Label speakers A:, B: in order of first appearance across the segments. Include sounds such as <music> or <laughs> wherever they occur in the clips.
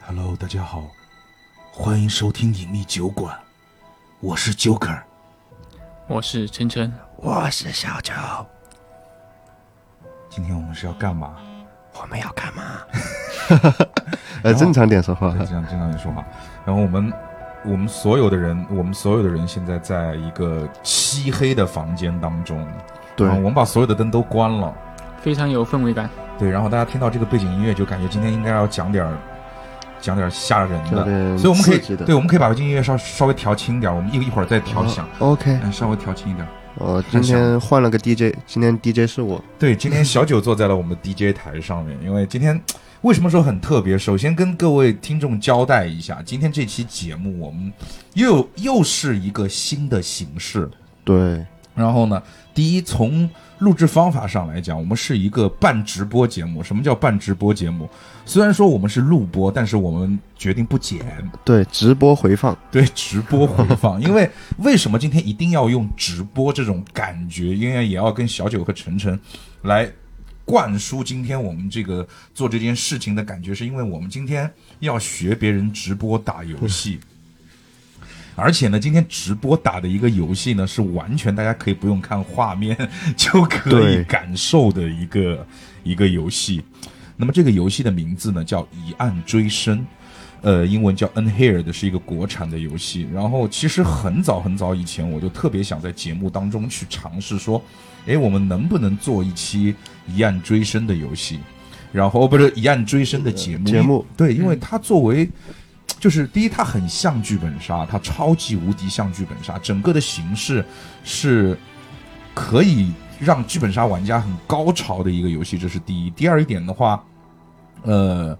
A: Hello，大家好，欢迎收听隐秘酒馆，我是 Joker。
B: 我是晨晨，
C: 我是小九，
A: 今天我们是要干嘛？
C: 我们要干嘛？
A: 然
D: <laughs> 呃，
A: 后
D: 正常点说话
A: 对，。这样经常也说话。然后我们我们所有的人，我们所有的人现在在一个漆黑的房间当中，
D: 对
A: 然，后我们把所有的灯都关了，
B: 非常有氛围感。
A: 对，然后大家听到这个背景音乐，就感觉今天应该要讲点儿讲点儿吓人
D: 有
A: 的，
D: 点
A: 所以我们可
D: 刺
A: 以
D: 激的
A: 对，我们可以把背景音乐稍稍微调轻一点，我们一一会儿再调响，
D: 哦 OK，
A: 嗯，稍微调轻一点。
D: 我哦今天换了个 DJ，今天 DJ 是我。
A: 对，今天小九坐在了我们的 DJ 台上面，因为今天为什么说很特别？首先跟各位听众交代一下，今天这期节目我们又又是一个新的形式。
D: 对，
A: 然后呢，第一，从录制方法上来讲，我们是一个半直播节目。什么叫半直播节目？虽然说我们是录播，但是我们决定不剪，
D: 对，直播回放。
A: <laughs> 对，直播回放。因为为什么今天一定要用直播这种感觉？因为也要跟小九和晨晨来灌输今天我们这个做这件事情的感觉，是因为我们今天要学别人直播打游戏。而且呢，今天直播打的一个游戏呢，是完全大家可以不用看画面 <laughs> 就可以
D: 对
A: 感受的一个一个游戏。那么这个游戏的名字呢叫《一案追声》，呃，英文叫《Unheard》，是一个国产的游戏。然后其实很早很早以前，我就特别想在节目当中去尝试说，诶，我们能不能做一期《一案追声》的游戏？然后不是《一案追声》的节目，
D: 嗯节目嗯
A: 对，因为它作为就是第一，它很像剧本杀，它超级无敌像剧本杀，整个的形式是可以让剧本杀玩家很高潮的一个游戏，这是第一。第二一点的话，呃，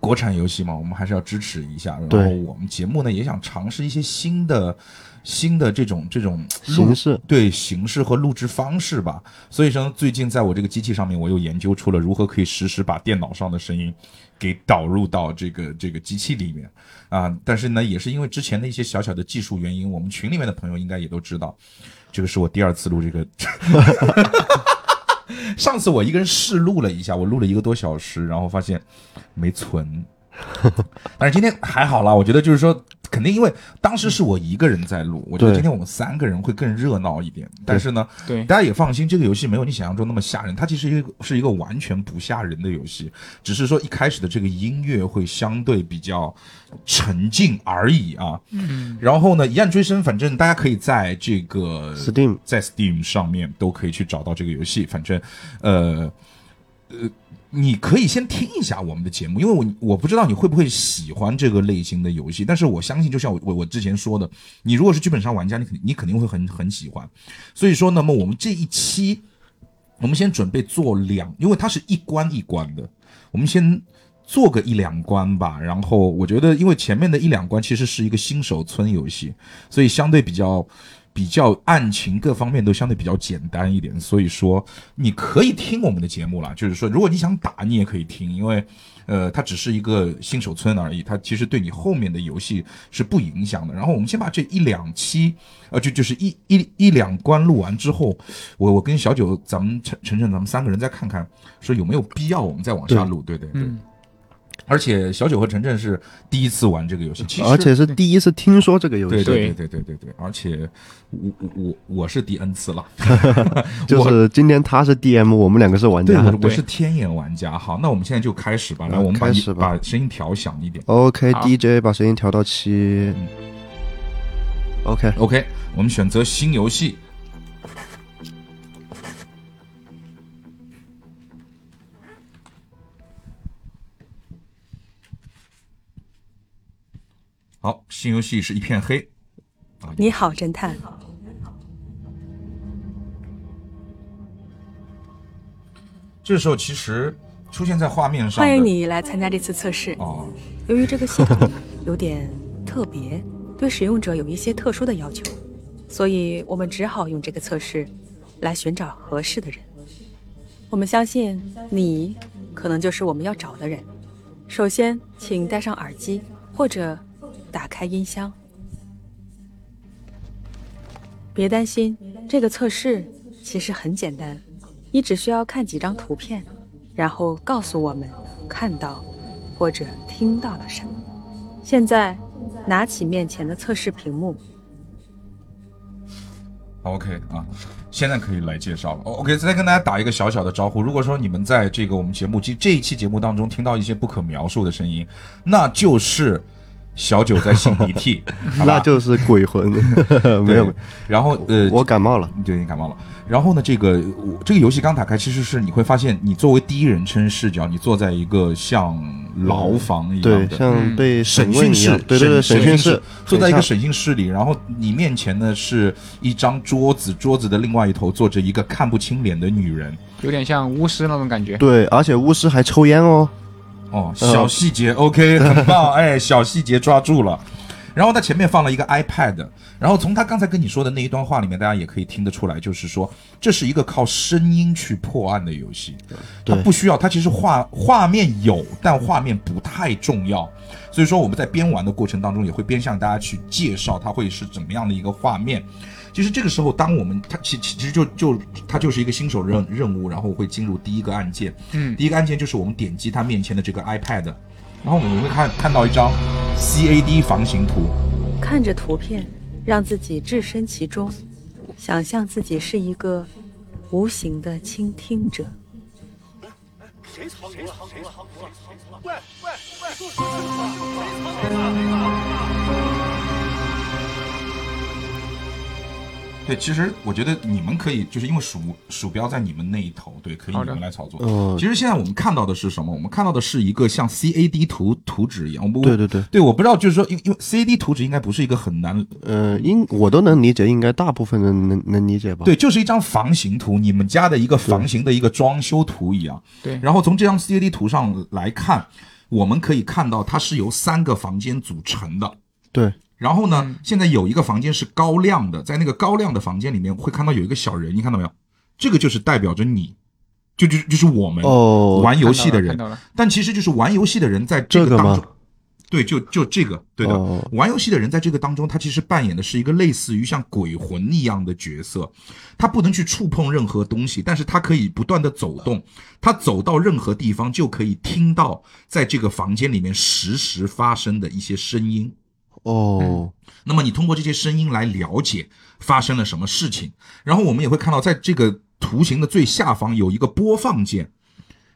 A: 国产游戏嘛，我们还是要支持一下。然
D: 对
A: 后我们节目呢也想尝试一些新的、新的这种这种
D: 形式
A: 对形式和录制方式吧。所以说，最近在我这个机器上面，我又研究出了如何可以实时把电脑上的声音给导入到这个这个机器里面啊。但是呢，也是因为之前的一些小小的技术原因，我们群里面的朋友应该也都知道，这个是我第二次录这个。 <laughs> 上次我一个人试录了一下，我录了一个多小时，然后发现没存。但是今天还好啦，我觉得就是说，肯定因为当时是我一个人在录，我觉得
D: 对
A: 今天我们三个人会更热闹一点。但是呢，
B: 对，
A: 大家也放心，这个游戏没有你想象中那么吓人，它其实是一个是一个完全不吓人的游戏，只是说一开始的这个音乐会相对比较沉静而已啊。
B: 嗯，
A: 然后呢，《一案追声》，反正大家可以在这个
D: Steam
A: 在 Steam 上面都可以去找到这个游戏。反正，呃，呃，你可以先听一下我们的节目，因为我我不知道你会不会喜欢这个类型的游戏，但是我相信，就像我我我之前说的，你如果是剧本杀玩家，你肯你肯定会很很喜欢。所以说，那么我们这一期，我们先准备做两，因为它是一关一关的，我们先。做个一两关吧，然后我觉得，因为前面的一两关其实是一个新手村游戏，所以相对比较比较案情各方面都相对比较简单一点，所以说你可以听我们的节目啦，就是说，如果你想打，你也可以听，因为，呃，它只是一个新手村而已，它其实对你后面的游戏是不影响的。然后我们先把这一两期，呃，就就是一一一两关录完之后，我我跟小九，咱们晨晨晨，咱们三个人再看看，说有没有必要我们再往下录。对对对。
B: 嗯
A: 而且小九和晨晨是第一次玩这个游戏，其实
D: 而且是第一次听说这个游
A: 对
D: 戏，
A: 对
B: 对
A: 对对对对对，而且我我我我是第 N 次了，
D: <laughs>
A: <laughs>
D: 就是今天他是 DM，我们两个是玩
A: 对，
D: 家
A: 我。我是天眼玩家。好，那我们现在就开始吧，来，
D: 嗯
A: 我们把
D: 开
A: 你
D: 始吧
A: 把声音调响一点。
B: 好
D: OK，DJ 把声音调到七
A: 嗯。
D: OK，
A: OK，我们选择新游戏。好，新游戏是一片黑。
E: 你好，侦探。
A: 这时候其实出现在画面上的，
E: 欢迎你来参加这次测试。
A: 哦，
E: 由于这个系统有点特别，对使用者有一些特殊的要求，所以我们只好用这个测试来寻找合适的人。我们相信你可能就是我们要找的人。首先，请戴上耳机或者打开音箱。别担心，这个测试其实很简单，你只需要看几张图片，然后告诉我们看到或者听到了什么。现在拿起面前的测试屏幕，
A: OK 啊，现在可以来介绍了。哦 OK，再跟大家打一个小小的招呼。如果说你们在这个我们节目这这一期节目当中听到一些不可描述的声音，那就是小九在擤鼻
D: <laughs>
A: 涕，好吧
D: 那就是鬼魂， <laughs> 没
A: 对
D: 有，
A: 然后呃，
D: 我感冒了。
A: 对你感冒了。然后呢，这个我这个游戏刚打开，其实是你会发现，你作为第一人称视角，你坐在一个像牢房一样
D: 对，
A: 的。
D: 像被
A: 审
D: 审
A: 讯
D: 问一
A: 室
D: 样，，对对对，
A: 审
D: 审讯
A: 室
D: 室，
A: 坐在一个
D: 很像
A: 审讯室里，然后你面前呢是一张桌子，桌子的另外一头坐着一个看不清脸的女人。
B: 有点像巫师那种感觉。
D: 对，而且巫师还抽烟哦，
A: 哦，小细节、o k 很棒，哎，小细节抓住了。然后他前面放了一个 iPad，然后从他刚才跟你说的那一段话里面，大家也可以听得出来，就是说这是一个靠声音去破案的游戏，它
D: 对
A: 啊不需要，它其实画画面有，但画面不太重要。所以说我们在边玩的过程当中，也会边向大家去介绍它会是怎么样的一个画面。其实这个时候，当我们它其其其实就就它就是一个新手任任务，然后会进入第一个案件。
B: 嗯
A: 第一个按键就是我们点击它面前的这个 iPad，然后我们会看看到一张 CAD 房型图。
E: 看着图片，让自己置身其中，想象自己是一个无形的倾听者。
D: 啊
A: 对，其实我觉得你们可以，就是因为鼠鼠标在你们那一头，对，可以你
B: 好的
A: 们来操作。
D: 嗯
A: 其实现在我们看到的是什么？我们看到的是一个像 CAD 图图纸一样。我不
D: 对对对
A: 对，我不知道，就是说，因为因为 CAD 图纸应该不是一个很难，
D: 呃，应我都能理解，应该大部分人能能理解吧？
A: 对，就是一张房型图，你们家的一个房型的一个装修图一样。
B: 对
A: 然后从这张 CAD 图上来看，我们可以看到它是由三个房间组成的。
D: 对
A: 然后
B: 嗯
A: 呢，现在有一个房间是高亮的，在那个高亮的房间里面会看到有一个小人，你看到没有？这个就是代表着你，就就就是我们
D: 哦，
A: 玩游戏的
B: 看
A: 人
B: 到。了，看
A: 但其实就是玩游戏的人在这
D: 这
A: 个
D: 个吗
A: 当中，对，就就这个，对的。
D: 哦
A: 玩游戏的人在这个当中，他其实扮演的是一个类似于像鬼魂一样的角色，他不能去触碰任何东西，但是他可以不断的走动，他走到任何地方就可以听到在这个房间里面实时发生的一些声音。嗯
D: 哦，
A: 那么你通过这些声音来了解发生了什么事情。然后我们也会看到，在这个图形的最下方有一个播放键，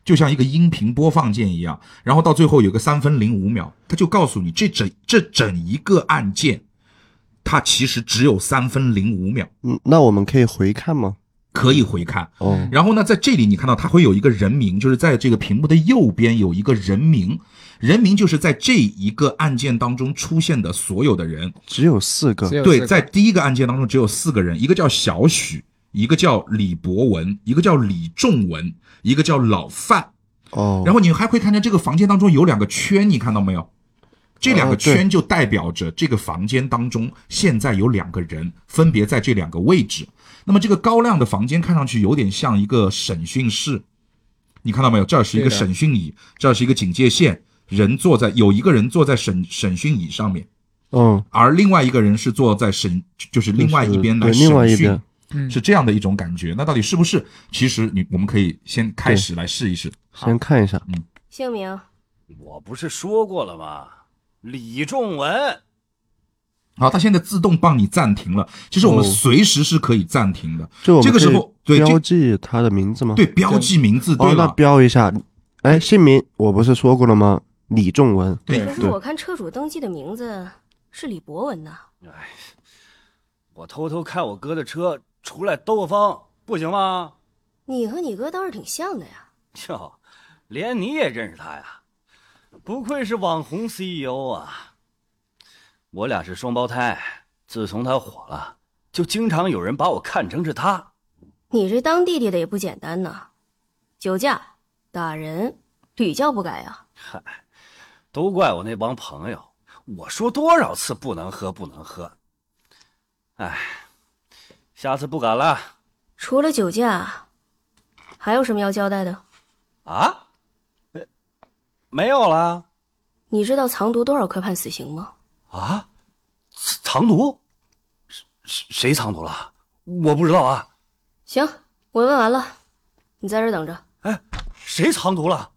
A: 就像一个音频播放键一样。然后到最后有个三分零五秒，它就告诉你这整这整一个案件，它其实只有三分零五秒
D: 嗯，那我们可以回看吗？
A: 可以回看。
D: 哦，
A: 然后呢，在这里你看到它会有一个人名，就是在这个屏幕的右边有一个人名，人名就是在这一个案件当中出现的所有的人。
D: 只有四个
B: 到了只，有
A: 对
B: 这，个
A: 在第一个案件当中只有四个人，一个叫小许，一个叫李博文，一个叫李仲文，一个叫老范。
D: 哦，
A: 然后你还会看见这个房间当中有两个圈，你看到没有？这两个
D: 哦对
A: 圈就代表着这个房间当中现在有两个人分别在这两个位置。那么这个高亮的房间看上去有点像一个审讯室，你看到没有？这儿是一个
B: 对的
A: 审讯椅，这儿是一个警戒线，人坐在有一个人坐在审审讯椅上面。
D: 嗯，
A: 而另外一个人是坐在审，就是另外一边来
D: 就是
A: 审
D: 对另外一
A: 讯
D: 边，
B: 嗯
A: 是这样的一种感觉。那到底是不是？其实你我们可以先开始来试一嗯试。
D: 先看一下，
F: 姓名
G: 我不是说过了吗？李仲文，
A: 好，啊它现在自动帮你暂停了。其实我们
D: 哦
A: 随时是可以暂停的。
D: 就我
A: 这
D: 们
A: 个时
D: 可以
A: 候对这
D: 标记他的名字吗？
A: 对，标记名字对
D: 哦，那
A: 了，
D: 标一下，哎，姓名我不是说过了吗？李仲文，
F: 可是
D: 对
F: 我看车主登记的名字是李博文呐，
G: 哎，我偷偷开我哥的车出来兜个风，不行吗？
F: 你和你哥倒是挺像的呀。
G: 哟，连你也认识他呀？不愧是网红 CEO 啊！我俩是双胞胎，自从他火了，就经常有人把我看成是他。
F: 你这当弟弟的也不简单呐，酒驾、打人，屡教不改啊。
G: 都怪我那帮朋友，我说多少次不能喝，不能喝。哎，下次不敢了
F: 除了酒驾，还有什么要交代的？
G: 啊？呃没有了
F: 你知道藏毒多少块判死刑吗？
G: 啊？藏藏毒？谁谁谁藏毒了？我不知道啊。
F: 行，我问完了，你在这儿等着。
G: 谁藏毒了？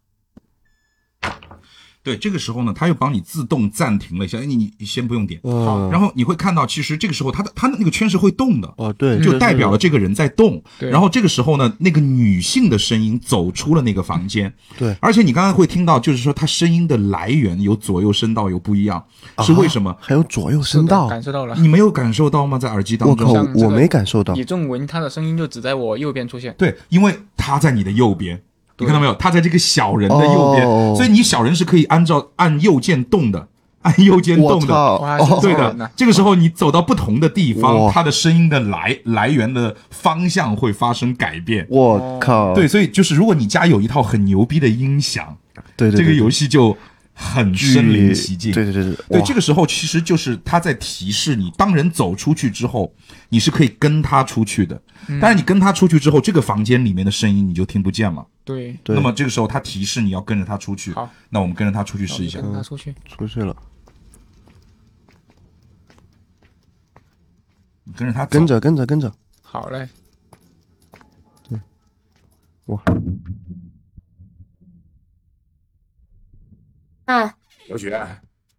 A: 对，这个时候呢，它又帮你自动暂停了一下，哎你你先不用点。
D: 嗯，
A: 然后你会看到，其实这个时候它的它的那个圈是会动的，
D: 哦，对，
A: 就代表了这个人在动。
B: 对
A: 然后这个时候呢，那个女性的声音走出了那个房间。
D: 对
A: 而且你刚刚会听到，就是说她声音的来源有左右声道有不一样，是为什么？
D: 啊还有左右
B: 是
D: 声
B: 的
D: 道，
B: 感受到了。
A: 你没有感受到吗？在耳机当
D: 我
A: 中，
D: 靠
B: 像，这个
D: 我没感受到
B: 李仲文他的声音就只在我右边出现，
A: 对，因为他在你的右边，你看到没有？他在这个小人的右边，
D: 哦
A: 所以你小人是可以按照按右键动的， <laughs> 按右键
D: 我
A: 动的。
D: 操，
B: 哇，
D: 哦
A: 对
B: 吓人
A: 的
B: 呐，
A: 这个时候你走到不同的地方，
D: 哇
A: 它的声音的来
D: 哦
A: 来源的方向会发生改变。
D: 我靠，
A: 对，所以就是如果你家有一套很牛逼的音响，
D: 对对，
A: 这个
D: 对
A: 游戏就很身临其境。
D: 对对对对，
A: 对，
D: 哇
A: 这个时候其实就是他在提示你，当人走出去之后，你是可以跟他出去的。
B: 嗯
A: 但是你跟他出去之后，这个房间里面的声音你就听不见了。
B: 对，
D: 对
A: 那么这个时候他提示你要跟着他出去
B: 好，
A: 那我们跟着他出去试一下
B: 我。就跟他出去，
D: 出去了，
A: 你跟着他走
D: 跟着跟着跟着，
B: 好嘞，
D: 哇，
F: 哎，
H: 小雪，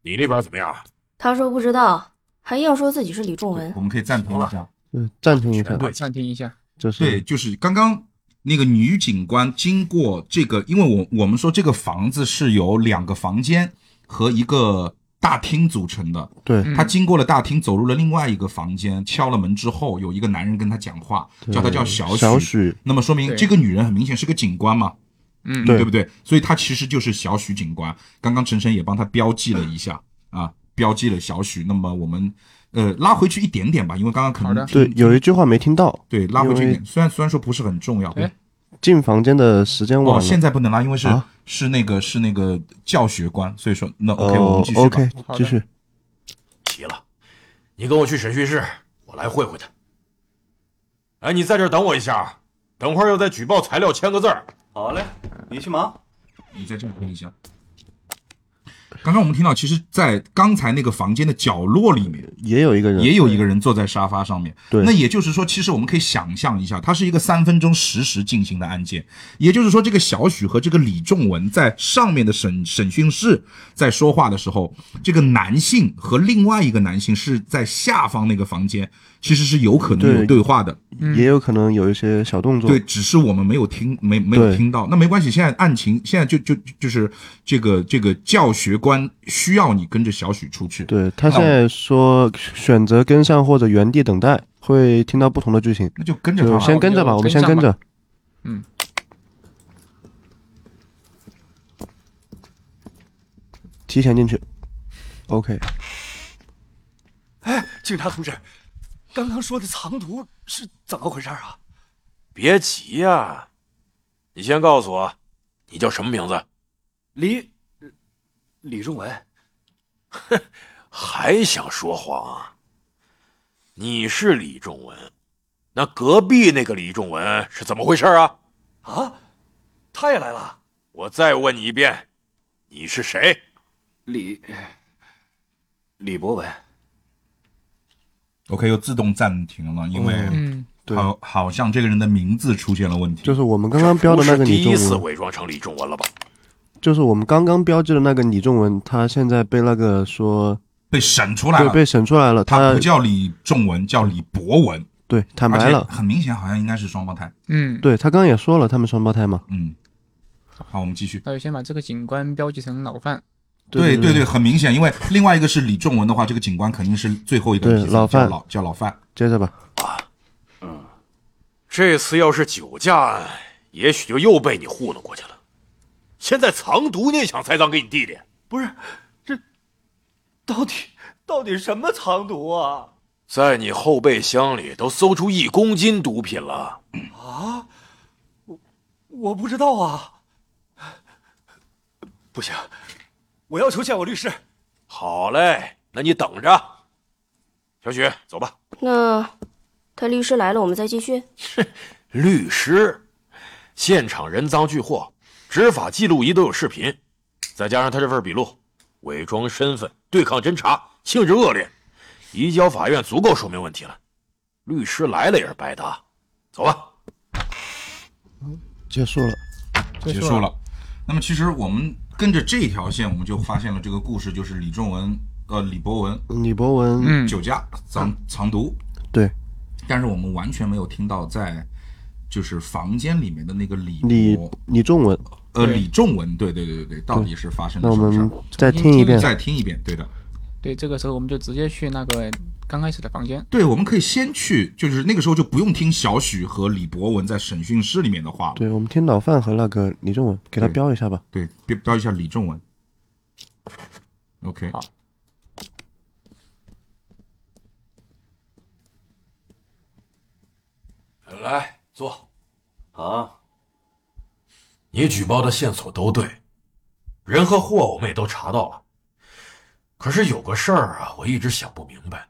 H: 你那边怎么样？
F: 他说不知道，还要说自己是李仲文
A: 我。们可以暂停一下。
D: 嗯，暂停一下，
B: 暂停一下，
D: 就
A: 对，
D: 是
A: 就是刚刚那个女警官经过这个，因为我我们说这个房子是由两个房间和一个大厅组成的，
D: 对
B: 嗯
A: 她经过了大厅，走入了另外一个房间，敲了门之后，有一个男人跟她讲话，叫她叫小许。
D: 小许，
A: 那么说明
B: 对
A: 这个女人很明显是个警官嘛，
B: 嗯，
D: 对
A: 对不对？所以她其实就是小许警官。刚刚晨晨也帮她标记了一下啊，标记了小许。那么我们呃拉回去一点点吧，因为刚刚可
B: 好
A: 能
B: 的
D: 对，有一句话没听到，
A: 对拉回去一
D: 因为
A: 点，虽然虽然说不是很重要，
B: 哎
D: 进房间的时间晚
A: 哦，
D: 了，
A: 现在不能拉，因为是、
D: 啊
A: 是那个是那个教学官，所以说那 OK，、我
D: 哦
A: 们继续吧。
D: ，OK，
B: 好的
D: 继续，
H: 急了，你跟我去审讯室，我来会会他。哎，你在这儿等我一下，啊等会儿要在举报材料签个字儿。
G: 好嘞，你去忙。
A: 你在这里听一下。刚刚我们听到，其实，在刚才那个房间的角落里面，
D: 也有一个人，
A: 也有一个人坐在沙发上面。
D: 对
A: 那也就是说，其实我们可以想象一下，它是一个三分钟实时进行的案件。也就是说，这个小许和这个李仲文在上面的审审讯室在说话的时候，这个男性和另外一个男性是在下方那个房间，其实是有可能有
D: 对
A: 对话的。
D: 也有可能有一些小动作，
A: 对，只是我们没有听，没没有
D: 对
A: 听到。那没关系，现在案情现在就就就是这个这个教学官需要你跟着小许出去。
D: 对他现在说选择跟上或者原地等待，会听到不同的剧情，
A: 那就跟着他
D: 就
A: 吧。
D: 先跟着吧，
B: 我
D: 我
B: 们
D: 们
B: 就
D: 先
B: 跟
D: 跟
B: 上
D: 着，
A: 嗯
D: 提前进去，OK，
I: 哎
G: 警察同志，刚刚说的藏毒是怎么回事啊？
H: 别急呀、你先告诉我，你叫什么名字？
G: 李李仲文，
H: 还想说谎啊？你是李仲文，那隔壁那个李仲文是怎么回事啊？
G: 啊，他也来了。
H: 我再问你一遍，你是谁？
G: 李李博文，
A: OK，又自动暂停了，因为
B: 嗯，
D: 对
A: 好好像这个人的名字出现了问题。
D: 就是我们刚刚标的那
H: 这
D: 个
H: 不是
D: 李
H: 第
D: 仲
H: 一次
D: 文，
H: 伪装成李仲文了吧？
D: 就是我们刚刚标记的那个李仲文，他现在被那个说
A: 被审出来
D: 对
A: 了。
D: 被审出来了，
A: 他
D: 他
A: 不叫李仲文，叫李博文，
D: 对坦
A: 而
D: 白
A: 且
D: 了，
A: 很明显好像应该是双胞胎。
B: 嗯，
D: 对他刚刚也说了他们双胞胎嘛，
A: 嗯，好，我们继续。
B: 那就先把这个警官标记成老犯，
A: 对
D: 对
A: 对，，很明显，因为另外一个是李仲文的话，这个警官肯定是最后一个
D: 对
A: 批次叫
D: 老范
A: 老叫老范。
D: 接着吧，
H: 这次要是酒驾案，也许就又被你糊弄过去了。现在藏毒你也想栽赃给你弟弟？
G: 不是这到底到底什么藏毒啊？
H: 在你后备箱里都搜出一公斤毒品了，
G: 啊我不知道啊。不行，我要求见我律师。
H: 好嘞，那你等着。小许，走吧。
F: 那他律师来了，我们再继续。
H: 律师，现场人赃俱获，执法记录仪都有视频，再加上他这份笔录，伪装身份、对抗侦查，性质恶劣，移交法院足够说明问题了。律师来了也是白搭，走吧。
D: 结束了，
A: 结
B: 结
A: 束
B: 束
A: 了。那么其实我们跟着这条线，我们就发现了这个故事，就是李仲文，呃，李博文
D: 李博文，
B: 嗯，
A: 酒驾藏藏毒，
D: 对，
A: 但是我们完全没有听到在就是房间里面的那个李
D: 李
A: 博
D: 李仲文，
A: 呃
B: 对
A: 李仲文，对对对对对，到底是发生
D: 那
A: 了
D: 我
A: 什么事
D: 们
A: 儿？
D: 再听一遍，
A: 再听一遍，对的。
B: 对，这个时候我们就直接去那个刚开始的房间。
A: 对，我们可以先去，就是那个时候就不用听小许和李博文在审讯室里面的话了。
D: 对，我们听老范和那个李仲文，给他
A: 对
D: 标一下吧。
A: 对，标标一下李仲文。OK，
B: 好
H: 来坐。
G: 啊，
H: 你举报的线索都对，人和货我们也都查到了。可是有个事儿啊，我一直想不明白，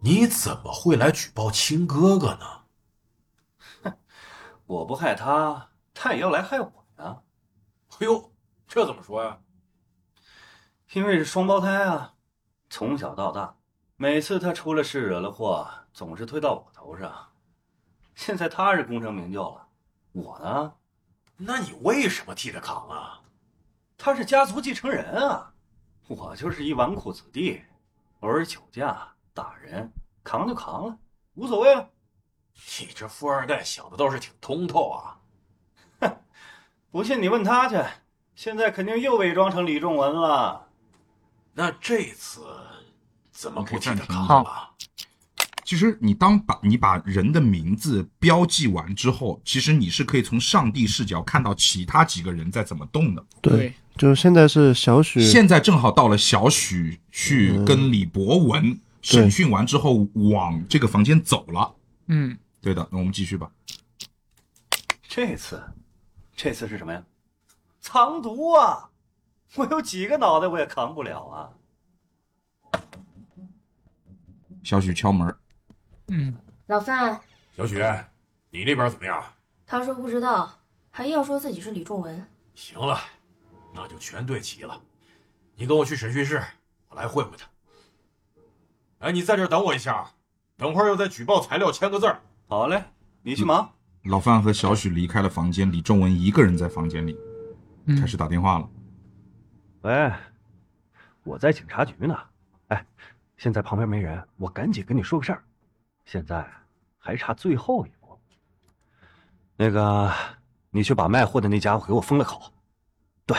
H: 你怎么会来举报亲哥哥呢？
G: 我不害他，他也要来害我呀，
H: <laughs> 哎呦，这怎么说呀？
G: 因为是双胞胎啊。从小到大，每次他出了事惹了祸，总是推到我头上。现在他是功成名就了，我呢，
H: 那你为什么替他扛啊？
G: 他是家族继承人啊，我就是一纨绔子弟，偶尔酒驾打人，扛就扛了，无所谓了。
H: 你这富二代想的倒是挺通透啊！
G: 不信你问他去，现在肯定又伪装成李仲文了。
H: 那这次怎啊么不替他扛
B: 好
H: 了？
A: 其实你当把你把人的名字标记完之后，其实你是可以从上帝视角看到其他几个人在怎么动的。
B: 对，
D: 就是现在是小许，
A: 现在正好到了小许去
B: 嗯
A: 跟李博文审讯完之后，往这个房间走了。
B: 嗯，
A: 对的，那我们继续吧。
G: 这次，这次是什么呀？藏毒啊！我有几个脑袋我也扛不了啊！
A: 小许敲门，
F: 老范，
H: 小许，你那边怎么样？
F: 他说不知道，还硬说自己是李仲文。
H: 行了，那就全对齐了。你跟我去审讯室，我来会会他。哎，你在这儿等我一下啊，等会儿要在举报材料签个字儿。
G: 好嘞，你去忙。
A: 老范和小许离开了房间，李仲文一个人在房间里
B: 嗯
A: 开始打电话了。
G: 喂，哎我在警察局呢。哎，现在旁边没人，我赶紧跟你说个事儿。现在还差最后一步。那个，你去把卖货的那家伙给我封了口。对，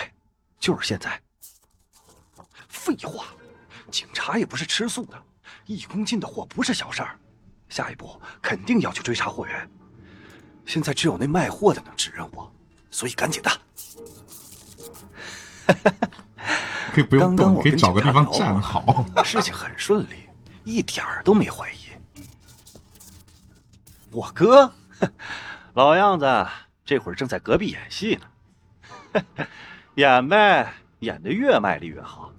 G: 就是现在。废话，警察也不是吃素的，一公斤的货不是小事儿。下一步肯定要去追查货源。现在只有那卖货的能指认我，所以赶紧的。
A: 可以不用
G: 刚刚
A: 动，
G: 我
A: 可以
G: 跟
A: 找个地
G: 警察
A: 方
G: 聊
A: 站
G: 了
A: 好。
G: <laughs> 事情很顺利，一点儿都没怀疑。我哥，老样子，这会儿正在隔壁演戏呢， <laughs> 演呗，演的越卖力越好。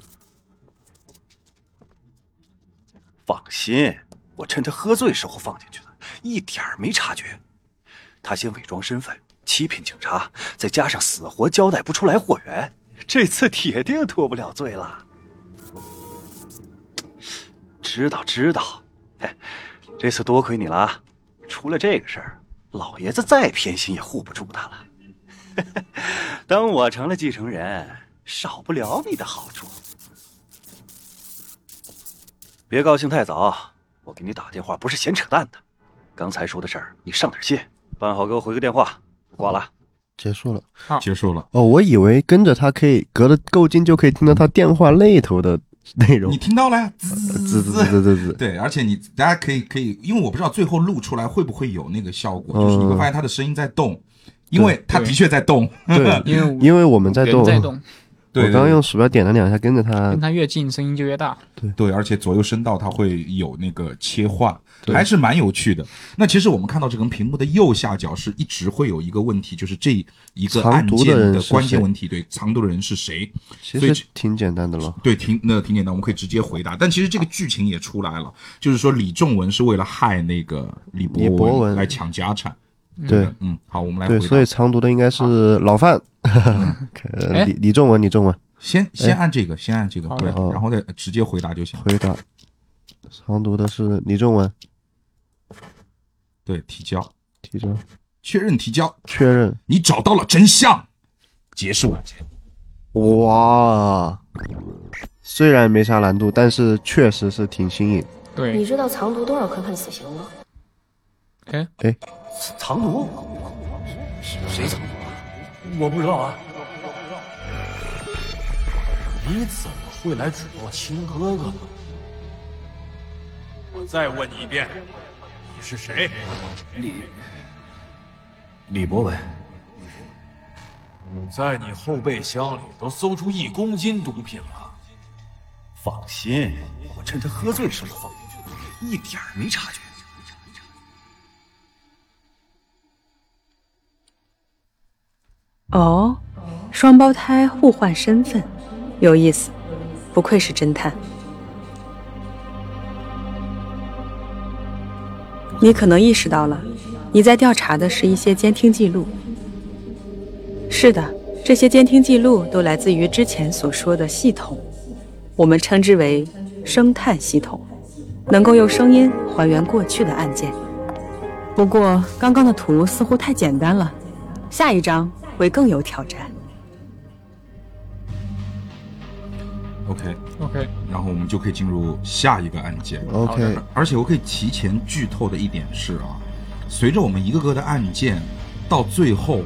G: 放心，我趁他喝醉时候放进去的，一点儿没察觉。他先伪装身份，欺骗警察，再加上死活交代不出来货源，这次铁定脱不了罪了。知道知道，哎，这次多亏你了啊！出了这个事儿，老爷子再偏心也护不住他了。 <laughs> 等我成了继承人，少不了你的好处。别高兴太早，我给你打电话不是闲扯淡的。刚才说的事儿，你上哪儿信？办好给我回个电话，我挂了啊。
D: 结束了。
A: 结束了。
D: 哦，我以为跟着他可以隔得够近就可以听到他电话那头的内容
A: 你。听到了呀？滋
D: 呃滋滋滋滋滋，
A: 对，而且你大家可以可以，因为我不知道最后录出来会不会有那个效果，就是你
D: 嗯
A: 会发现他的声音在动，因为他的确在动。 <laughs>
D: 对，
B: <laughs> 因为
D: 因为我们在动啊
B: 人，在动，
A: 对，
D: 我刚刚用鼠标点了两下，跟着他
B: 跟。他越近声音就越
A: <laughs>
B: 大。
A: 对，而且左右声道它会有那个切换，还是蛮有趣的。那其实我们看到这个屏幕的右下角是一直会有一个问题，就是这一个
D: 藏
A: 案
D: 毒的
A: 件
D: 人
A: 的
D: 是
A: 关键
D: 谁
A: 问题，对，藏毒的人是谁？
D: 其
A: 所以
D: 实挺简单的咯。
A: 对，挺那挺简单，我们可以直接回答。但其实这个剧情也出来了，就是说李仲文是为了害那个李博
D: 李博文
A: 来抢家产。
D: 对
A: 嗯，好，我们来回
D: 对，
A: 答。嗯
D: 所以藏毒的应该是老范， <laughs> 呃
B: 哎
D: 李李仲文，李仲文
A: 先
D: 哎
A: 先按这个，先按这个，
B: 好
A: 对
B: 嘞，
A: 然后再直接回答就行。
D: 回答。藏毒的是李仲文，
A: 对，提交，
D: 提交
A: 确认提交，
D: 确认。
A: 你找到了真相，结束案件。
D: 哇，虽然没啥难度，但是确实是挺新颖。
B: 对
F: 你，知道藏毒多少可判死刑吗？
B: 哎，
G: 藏毒？谁藏毒啊？我不知道啊。
H: 你怎么会来指望亲哥哥呢？我再问你一遍，你是谁？
G: 李李博文，
H: 在你后备箱里都搜出一公斤毒品了，
G: 放心，我趁他喝醉时候放进去，一点儿没察觉。
E: 哦，双胞胎互换身份，有意思，不愧是侦探。你可能意识到了，你在调查的是一些监听记录。是的，这些监听记录都来自于之前所说的系统，我们称之为生探系统，能够用声音还原过去的案件。不过，刚刚的图似乎太简单了，下一章会更有挑战。
A: OK，
B: OK，
A: 然后我们就可以进入下一个案件。
D: OK，
A: 而且我可以提前剧透的一点是啊，随着我们一个个的案件，到最后，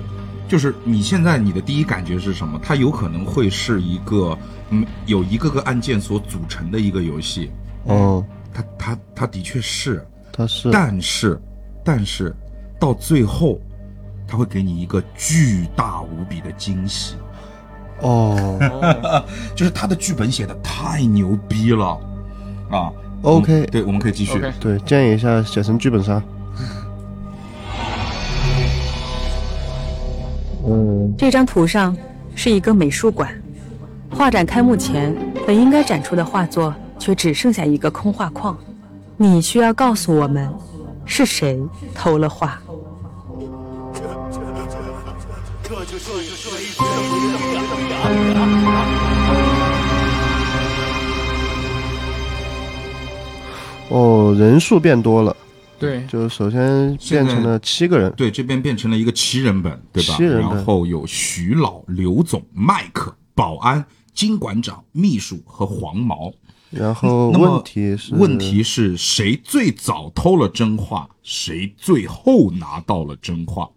A: 就是你现在你的第一感觉是什么？它有可能会是一个，嗯，有一个个案件所组成的一个游戏。
D: 哦，
A: 它它它的确是，
D: 他是
A: 但是，但是到最后，它会给你一个巨大无比的惊喜。
D: 哦
A: <laughs> 就是他的剧本写的太牛逼了，啊
D: ，OK，
A: 我们对，我们可以继续。
B: OK
D: 对，建议一下写成剧本杀。
E: 这张图上是一个美术馆，画展开幕前本应该展出的画作，却只剩下一个空画框。你需要告诉我们，是谁偷了画？
D: 哦，人数变多了，
B: 对，
D: 就首先变成了七个人。
A: 对，这边变成了一个七人本，对吧？
D: 七人本
A: 然后有徐老、刘总、麦克、保安、金馆长、秘书和黄毛。
D: 然后
A: 嗯那么
D: 问题是
A: 问题是谁最早偷了真话，谁最后拿到了真话，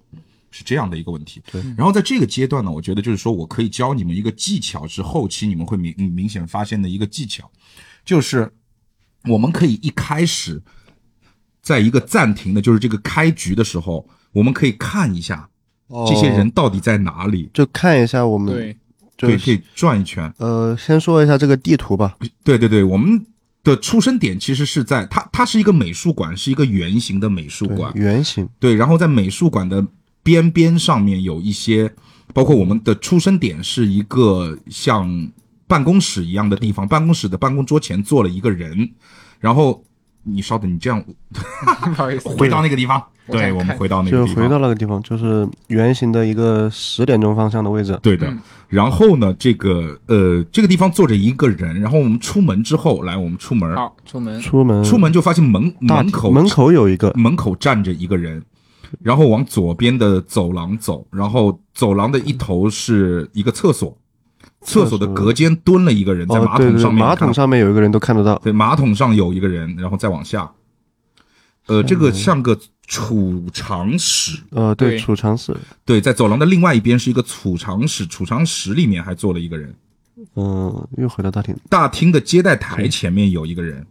A: 是这样的一个问题。对。然后在这个阶段呢，我觉得就是说我可以教你们一个技巧，是后期你们会明明显发现的一个技巧，就是我们可以一开始在一个暂停的，就是这个开局的时候，我们可以看一下这些人
D: 哦
A: 到底在哪里，
D: 就看一下我们
B: 对，
D: 就
A: 对，可
D: 是
A: 以转一圈。
D: 呃，先说一下这个地图吧。
A: 对对对，我们的出生点其实是在它，它是一个美术馆，是一个圆形的美术
D: 对
A: 馆，。
D: 圆形。
A: 对，然后在美术馆的边边上面有一些，包括我们的出生点是一个像办公室一样的地方，办公室的办公桌前坐了一个人，然后你稍等，你这样
B: 不好意思，
A: 回到那个地方，
B: 我想
A: 对，我们
B: 看
A: 回到那个
D: 就
A: 地方，
D: 回到那个地方，就是圆形的一个十点钟方向的位置。
A: 对的。然后呢，这个呃，这个地方坐着一个人，然后我们出门之后，来，我们出门，
B: 好，出门，
D: 出门
A: 出门就发现门
D: 大
A: 门口
D: 门口有一个
A: 门口站着一个人，然后往左边的走廊走，然后走廊的一头是一个厕所，厕所的隔间蹲了一个人，在
D: 哦，
A: 马
D: 对
A: 桶
D: 对对，
A: 上面，
D: 马桶上面有一个人都看得到。
A: 对，马桶上有一个人，然后再往下，呃，这个像个储藏室，
D: 呃，对，
B: 对
D: 储藏室，
A: 对，在走廊的另外一边是一个储藏室，储藏室里面还坐了一个人，
D: 嗯，又回到大厅。
A: 大厅的接待台前面有一个人，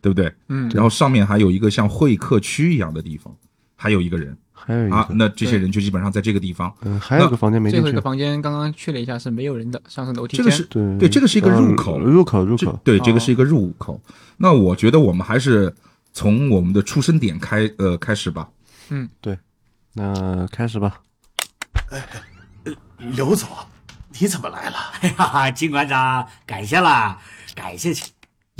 A: 对不对？
B: 嗯，
A: 然后上面还有一个像会客区一样的地方，还有一个人。
D: 还有一
A: 啊，
D: 个，
A: 那这些人就基本上在这个地方。
D: 嗯，还有一个房间没
B: 最
D: 进
B: 后一
D: 去
B: 个。房间刚刚去了一下是没有人的，上是楼梯
A: 这
B: 间，
A: 个是
D: 对
A: 对，这个是一个入口，
D: 呃入口，入
A: 这
D: 口。
A: 对，
B: 哦
A: 这个是一个入口。那我觉得我们还是从我们的出生点开呃开始吧。
D: 那开始吧。
J: 刘总，你怎么来了？哈哈，哎金馆长，感谢啦，感谢去。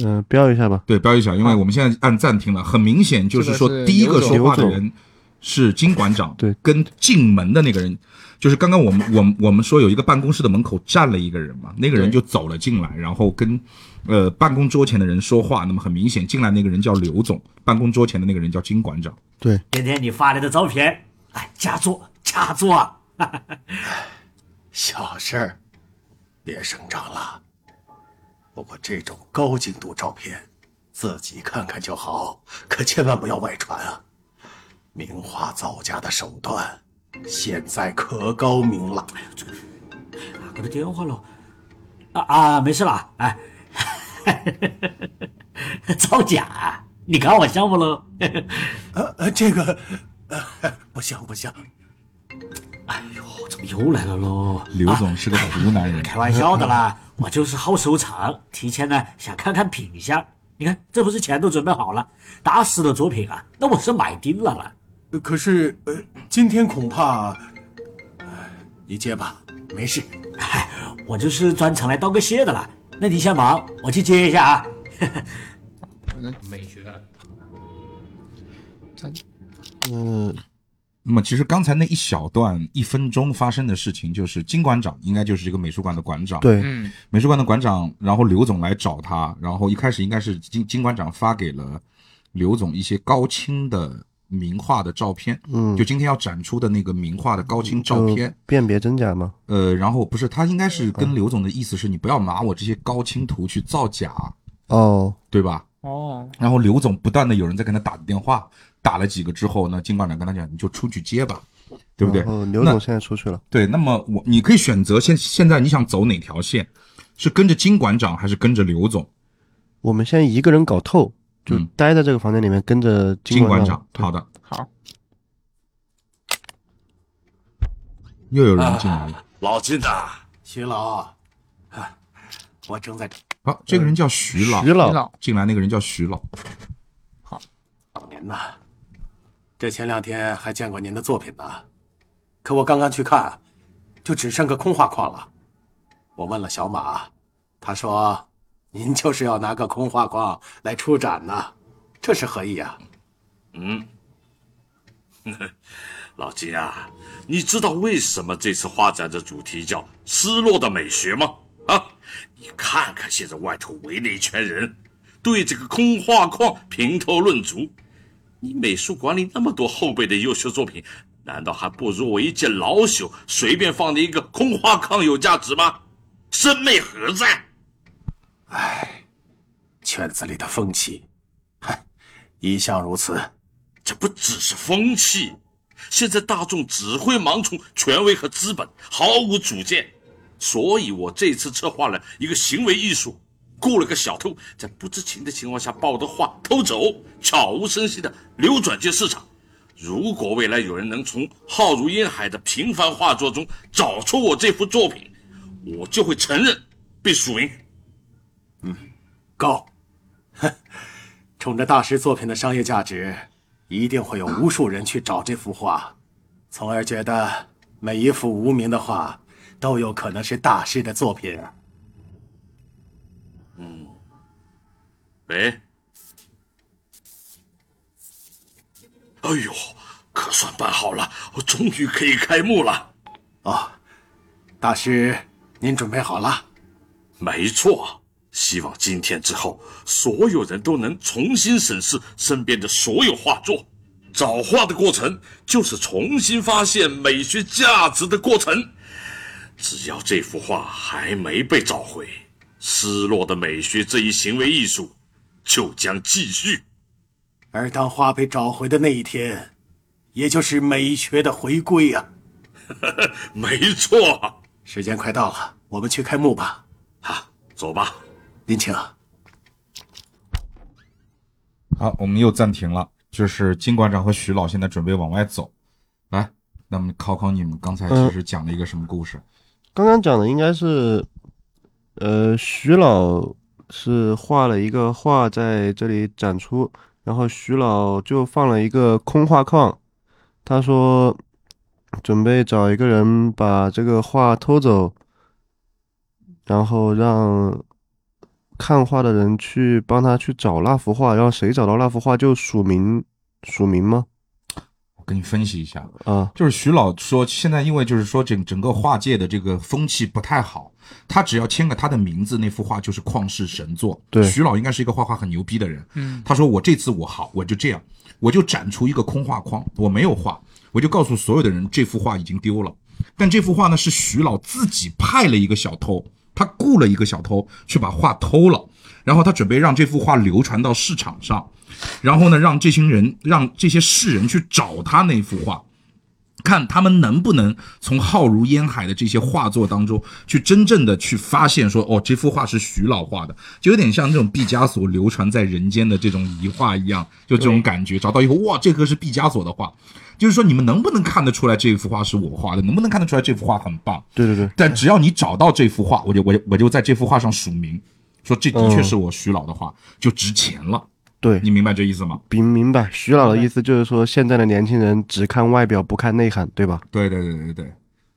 D: 嗯，标一下吧。
A: 对，标一下，因为我们现在按暂停了，很明显就是说
B: 这个是
A: 第一个说话的
D: 刘总
A: 人是金馆长，
D: 对
A: 跟进门的那个人。就是刚刚我们我们我们说有一个办公室的门口站了一个人嘛，那个人就
B: 对
A: 走了进来，然后跟，呃办公桌前的人说话。那么很明显，进来那个人叫刘总，办公桌前的那个人叫金馆长。
D: 对，
J: 今天你发来的照片，哎，佳作，佳作。
K: <laughs> 小事儿，别声张了。不过这种高精度照片，自己看看就好，可千万不要外传啊！名画造假的手段，现在可高明了。
J: 哎打个电话喽。啊啊，没事了，哎， <laughs> 造假，你看我像不喽？
K: 呃呃，这个、呃、不像不像。
J: 哎呦，怎么又来了喽？啊
A: 刘总是个湖南人，
J: 开玩笑的啦， <laughs> 我就是好收藏，提前呢想看看品一下。你看，这不是钱都准备好了，大师的作品啊，那我是买定了啦。
K: 可是呃，今天恐怕呃一接吧，没事。
J: 哎， <laughs> 我就是专程来道个谢的啦。那你先忙，我去接一下啊。 <laughs>
B: 美学，
A: 嗯。那么，其实刚才那一小段一分钟发生的事情，就是金馆长应该就是这个美术馆的馆长，
D: 对，
A: 美术馆的馆长，然后刘总来找他，然后一开始应该是金金馆长发给了刘总一些高清的名画的照片，
D: 嗯
A: 就今天要展出的那个名画的高清照
D: 就
A: 片，
D: 辨别真假吗？嗯
A: 呃，然后不是他应该是跟刘总的意思是你不要拿我这些高清图去造假，
D: 哦，
A: 对吧？
B: 哦，
A: 然后刘总不断的有人在跟他打电话，打了几个之后呢，金馆长跟他讲，你就出去接吧，对不对？
D: 哦，刘
A: 那
D: 总现在出去了，
A: 对，那么我你可以选择现现在你想走哪条线，是跟着金馆长还是跟着刘总？
D: 我们先一个人搞透，就
A: 嗯
D: 待在这个房间里面，跟着
A: 金
D: 金
A: 馆
D: 长
A: 长，。好的，
B: 好，
A: 又有
B: 啊
A: 人进来了。
L: 老金呐、
K: 徐老，啊，我正在
A: 好、这个人叫徐老，
D: 徐
B: 徐
D: 老，
B: 老
A: 进来那个人叫徐老，
K: 找您呢。这前两天还见过您的作品呢，可我刚刚去看，就只剩个空画框了。我问了小马，他说您就是要拿个空画框来出展呢，这是何意啊？
L: 嗯， <laughs> 老金啊，你知道为什么这次画展的主题叫“失落的美学”吗？啊，你看看现在外头围了一圈人，对这个空画框评头论足。你美术馆里那么多后辈的优秀作品，难道还不如我一介老朽随便放的一个空画框有价值吗？身昧何在？
K: 圈子里的风气，嗨，一向如此。
L: 这不只是风气，现在大众只会盲从权威和资本，毫无主见。所以我这次策划了一个行为艺术，雇了个小偷，在不知情的情况下把我的画偷走，悄无声息的流转进市场。如果未来有人能从浩如烟海的平凡画作中找出我这幅作品，我就会承认并署名。
K: 高， <laughs> 哼冲着大师作品的商业价值，一定会有无数人去找这幅画，从而觉得每一幅无名的画都有可能是大师的作品。
L: 嗯喂，哎呦，可算办好了，我终于可以开幕了。
K: 哦，大师，您准备好了？
L: 没错，希望今天之后，所有人都能重新审视身边的所有画作。找画的过程就是重新发现美学价值的过程。只要这幅画还没被找回，失落的美学这一行为艺术就将继续。
K: 而当画被找回的那一天，也就是美学的回归啊！
L: <laughs> 没错，
K: 时间快到了，我们去开幕吧。
L: 啊，走吧。
K: 您请。
A: 好，我们又暂停了，就是金馆长和徐老现在准备往外走，来，那么考考你们刚才其实讲了一个什么故事？
D: 刚刚讲的应该是，呃，徐老是画了一个画在这里展出，然后徐老就放了一个空画框，他说准备找一个人把这个画偷走，然后让看画的人去帮他去找那幅画，然后谁找到那幅画就署名，署名吗？
A: 我跟你分析一下，
D: 啊，
A: 就是徐老说，现在因为就是说整整个画界的这个风气不太好，他只要签了他的名字，那幅画就是旷世神作。
D: 对
A: 徐老应该是一个画画很牛逼的人。
B: 嗯，
A: 他说我这次我好，我就这样，我就展出一个空画框，我没有画，我就告诉所有的人这幅画已经丢了。但这幅画呢是徐老自己派了一个小偷，他雇了一个小偷去把画偷了，然后他准备让这幅画流传到市场上，然后呢让这群人让这些世人去找他那幅画。看他们能不能从浩如烟海的这些画作当中，去真正的去发现说，哦，这幅画是徐老画的，就有点像这种毕加索流传在人间的这种遗画一样，就这种感觉。找到以后，哇，这个是毕加索的画，就是说你们能不能看得出来这幅画是我画的？能不能看得出来这幅画很棒？
D: 对对对，
A: 但只要你找到这幅画，我就我就我就在这幅画上署名，说这的确是我徐老的画，就值钱了。
D: 嗯对
A: 你明白这意思吗？
D: 明明白，徐老的意思就是说，现在的年轻人只看外表不看内涵，对吧？
A: 对对对对对，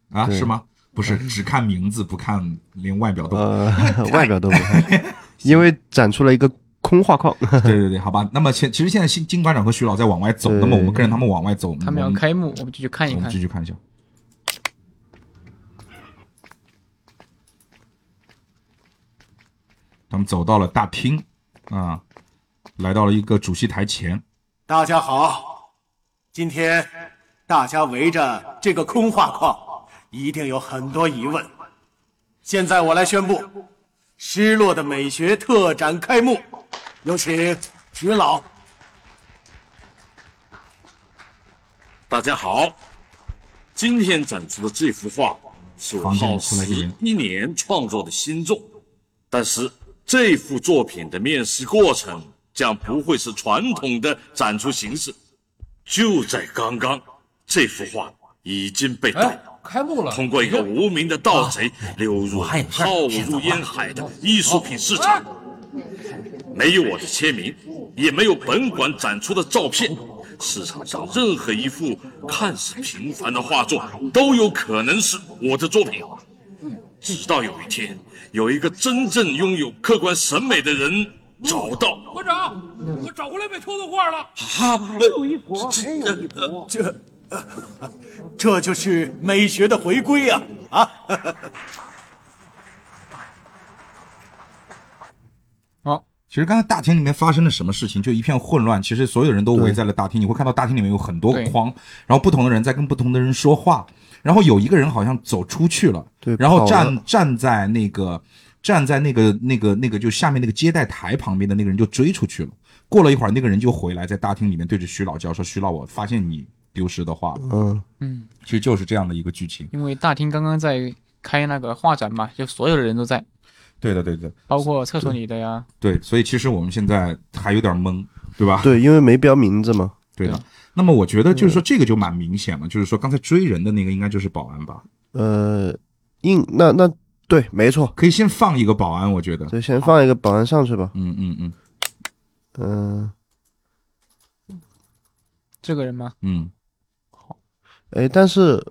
A: 啊，
D: 对嗯
A: 是吗？不是，只看名字不看，连外表都不
D: 呃，
A: <laughs>
D: 外表都不看，因为展出了一个空画框。
A: <laughs> 对对对，好吧。那么现其实现在新金馆长和徐老在往外走，
D: 对
A: 那么我们跟着他们往外走，我们
B: 他们要开幕，我们就去看一
A: 我们
B: 看
A: 继。续看一下。他们走到了大厅，啊，来到了一个主席台前。
K: 大家好，今天大家围着这个空画框，一定有很多疑问。现在我来宣布，《失落的美学》特展开幕，有请徐老。
L: 大家好，今天展出的这幅画是我耗时一年创作的新作，但是这幅作品的面试过程将不会是传统的展出形式。就在刚刚，这幅画已经被盗，
I: 开幕了，啊
L: 通过一个无名的盗贼流入
I: 还有事儿
L: 浩如烟海的艺术品市场。
I: 啊
L: 没有我的签名，也没有本馆展出的照片，市场上任何一幅看似平凡的画作都有可能是我的作品。直到有一天，有一个真正拥有客观审美的人找到
I: 馆长，我找回来被偷的画了。
L: 他们，
K: 这这就是美学的回归啊！啊，
B: 好，
A: 其实刚才大厅里面发生了什么事情，就一片混乱。其实所有人都围在了大厅，你会看到大厅里面有很多框，然后不同的人在跟不同的人说话。然后有一个人好像走出去了，
D: 对
A: 然后
D: 跑
A: 站
D: 了
A: 站在那个站在那个那个那个就下面那个接待台旁边的那个人就追出去了。过了一会儿，那个人就回来，在大厅里面对着徐老叫说：“徐老，我发现你丢失的话了。”
D: 嗯，
B: 嗯，
A: 其实就是这样的一个剧情。
B: 因为大厅刚刚在开那个画展嘛，就所有的人都在，
A: 对的，对的，
B: 包括厕所里的
D: 嗯
B: 呀。
A: 对，所以其实我们现在还有点懵，对吧？
D: 对，因为没标名字嘛。
A: <laughs>
D: 嗯
A: 对的。那么我觉得就是说这个就蛮明显了，就是说刚才追人的那个应该就是保安吧？
D: 呃，应那那对，没错，
A: 可以先放一个保安，我觉得。
D: 对，先放一个保安上去吧。
A: 嗯嗯嗯
D: 嗯、
B: 这个人吗？
A: 嗯，
D: 哎，但是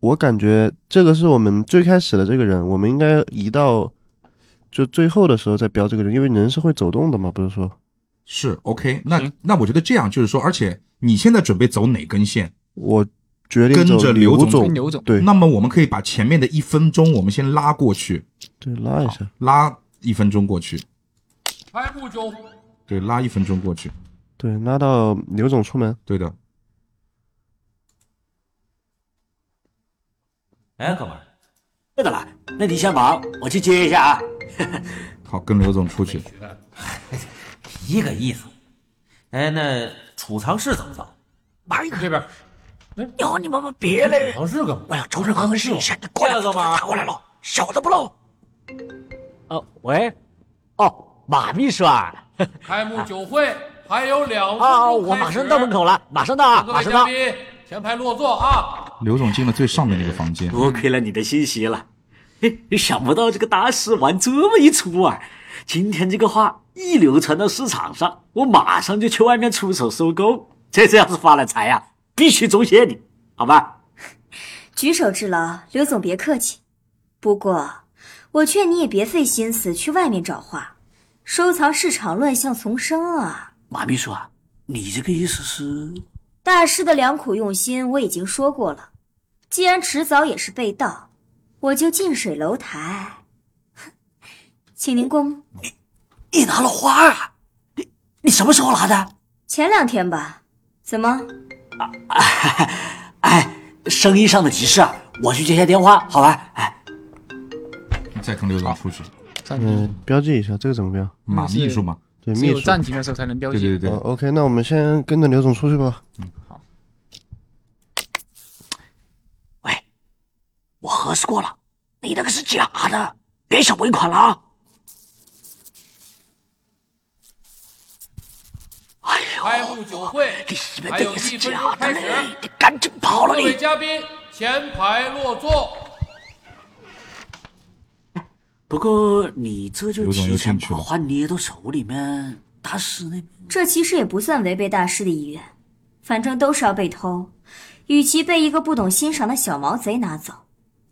D: 我感觉这个是我们最开始的这个人，我们应该移到就最后的时候再标这个人，因为人是会走动的嘛，不是说？
A: 是 OK 那。那我觉得这样就是说，而且你现在准备走哪根线？
D: 我决定
A: 跟
D: 走
A: 着
D: 刘
A: 刘
D: 总，对，
A: 那么我们可以把前面的一分钟我们先拉过去，
D: 对拉一下，
A: 拉一分钟过去，
I: 开幕酒，
A: 对，拉一分钟过去，
D: 对，拉到刘总出门。
A: 对的。
J: 哎，哥们儿，对的啦，那你先忙，我去接一下 <laughs> 啊。
A: 好，跟刘总出去。
M: 一个意思。哎，那储藏室怎么走？
I: 来一个这边。
C: 哟，你们别嘞！
I: 尝试个，
C: 我要找找合适一下，你过来，哥们打过来喽，小的不漏。
N: 呃，喂，哦，马秘书啊，
I: 开幕酒会还有两分钟
N: 啊，我马上到门口
J: 嗯
N: 了，马上到啊，
I: 各
N: 马
I: 位
N: 上到
I: 嘉。宾前排落座啊！
A: 刘总进了最上面那个房间，
J: 多亏了你的信息了。嘿，想不到这个大师玩这么一出啊！今天这个画一流传到市场上，我马上就去外面出手收购。这次要是发了财呀、必须酬谢你，好吧？
O: 举手之劳，刘总别客气。不过，我劝你也别费心思去外面找画，收藏市场乱象丛生啊！
J: 马秘书啊，你这个意思 <laughs> 是？
O: 大师的良苦用心我已经说过了，既然迟早也是被盗，我就近水楼台。 <laughs> 请您过目。
J: 你拿了花啊？你你什么时候拿的？
O: 前两天吧。怎么？
J: 哎生意上的急事啊，我去接下电话，好吧？哎，
A: 再跟刘总出去。
D: 嗯，标记一下这个怎么标？
A: 嗯马秘书嘛，
D: 对，
B: 只
D: 秘
B: 有
D: 书。
B: 暂停的时候才能标记。
D: 哦 OK，那我们先跟着刘总出去吧。
C: 我核实过了，你那个是假的，别想尾款了啊！
I: 开幕酒会还有一分钟开始，
C: 赶紧跑了
I: 各位
C: 你！
I: 嘉宾前排落座。
J: 不过你这就
A: 刘总又
J: 提前
A: 进去
J: 把
A: 了
J: 话捏到手里面，大师那边
O: 这其实也不算违背大师的意愿，反正都是要被偷，与其被一个不懂欣赏的小毛贼拿走，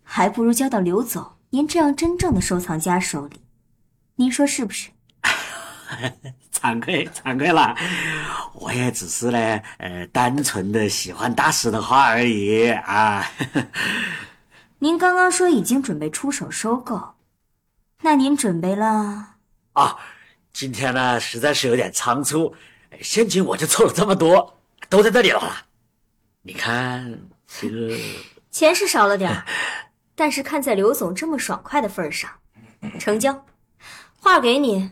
O: 还不如交到刘总您这样真正的收藏家手里。您说是不是？
J: <laughs> 惭愧惭愧了，我也只是呢，呃，单纯的喜欢大师的话而已啊。 <laughs>
O: 您刚刚说已经准备出手收购，那您准备了？
J: 啊，今天呢实在是有点仓促，现金我就凑了这么多，都在这里了啦。你看这个，
O: 钱是少了点
B: 嗯
O: 儿， <laughs> 但是看在刘总这么爽快的份儿上，成交，画给你。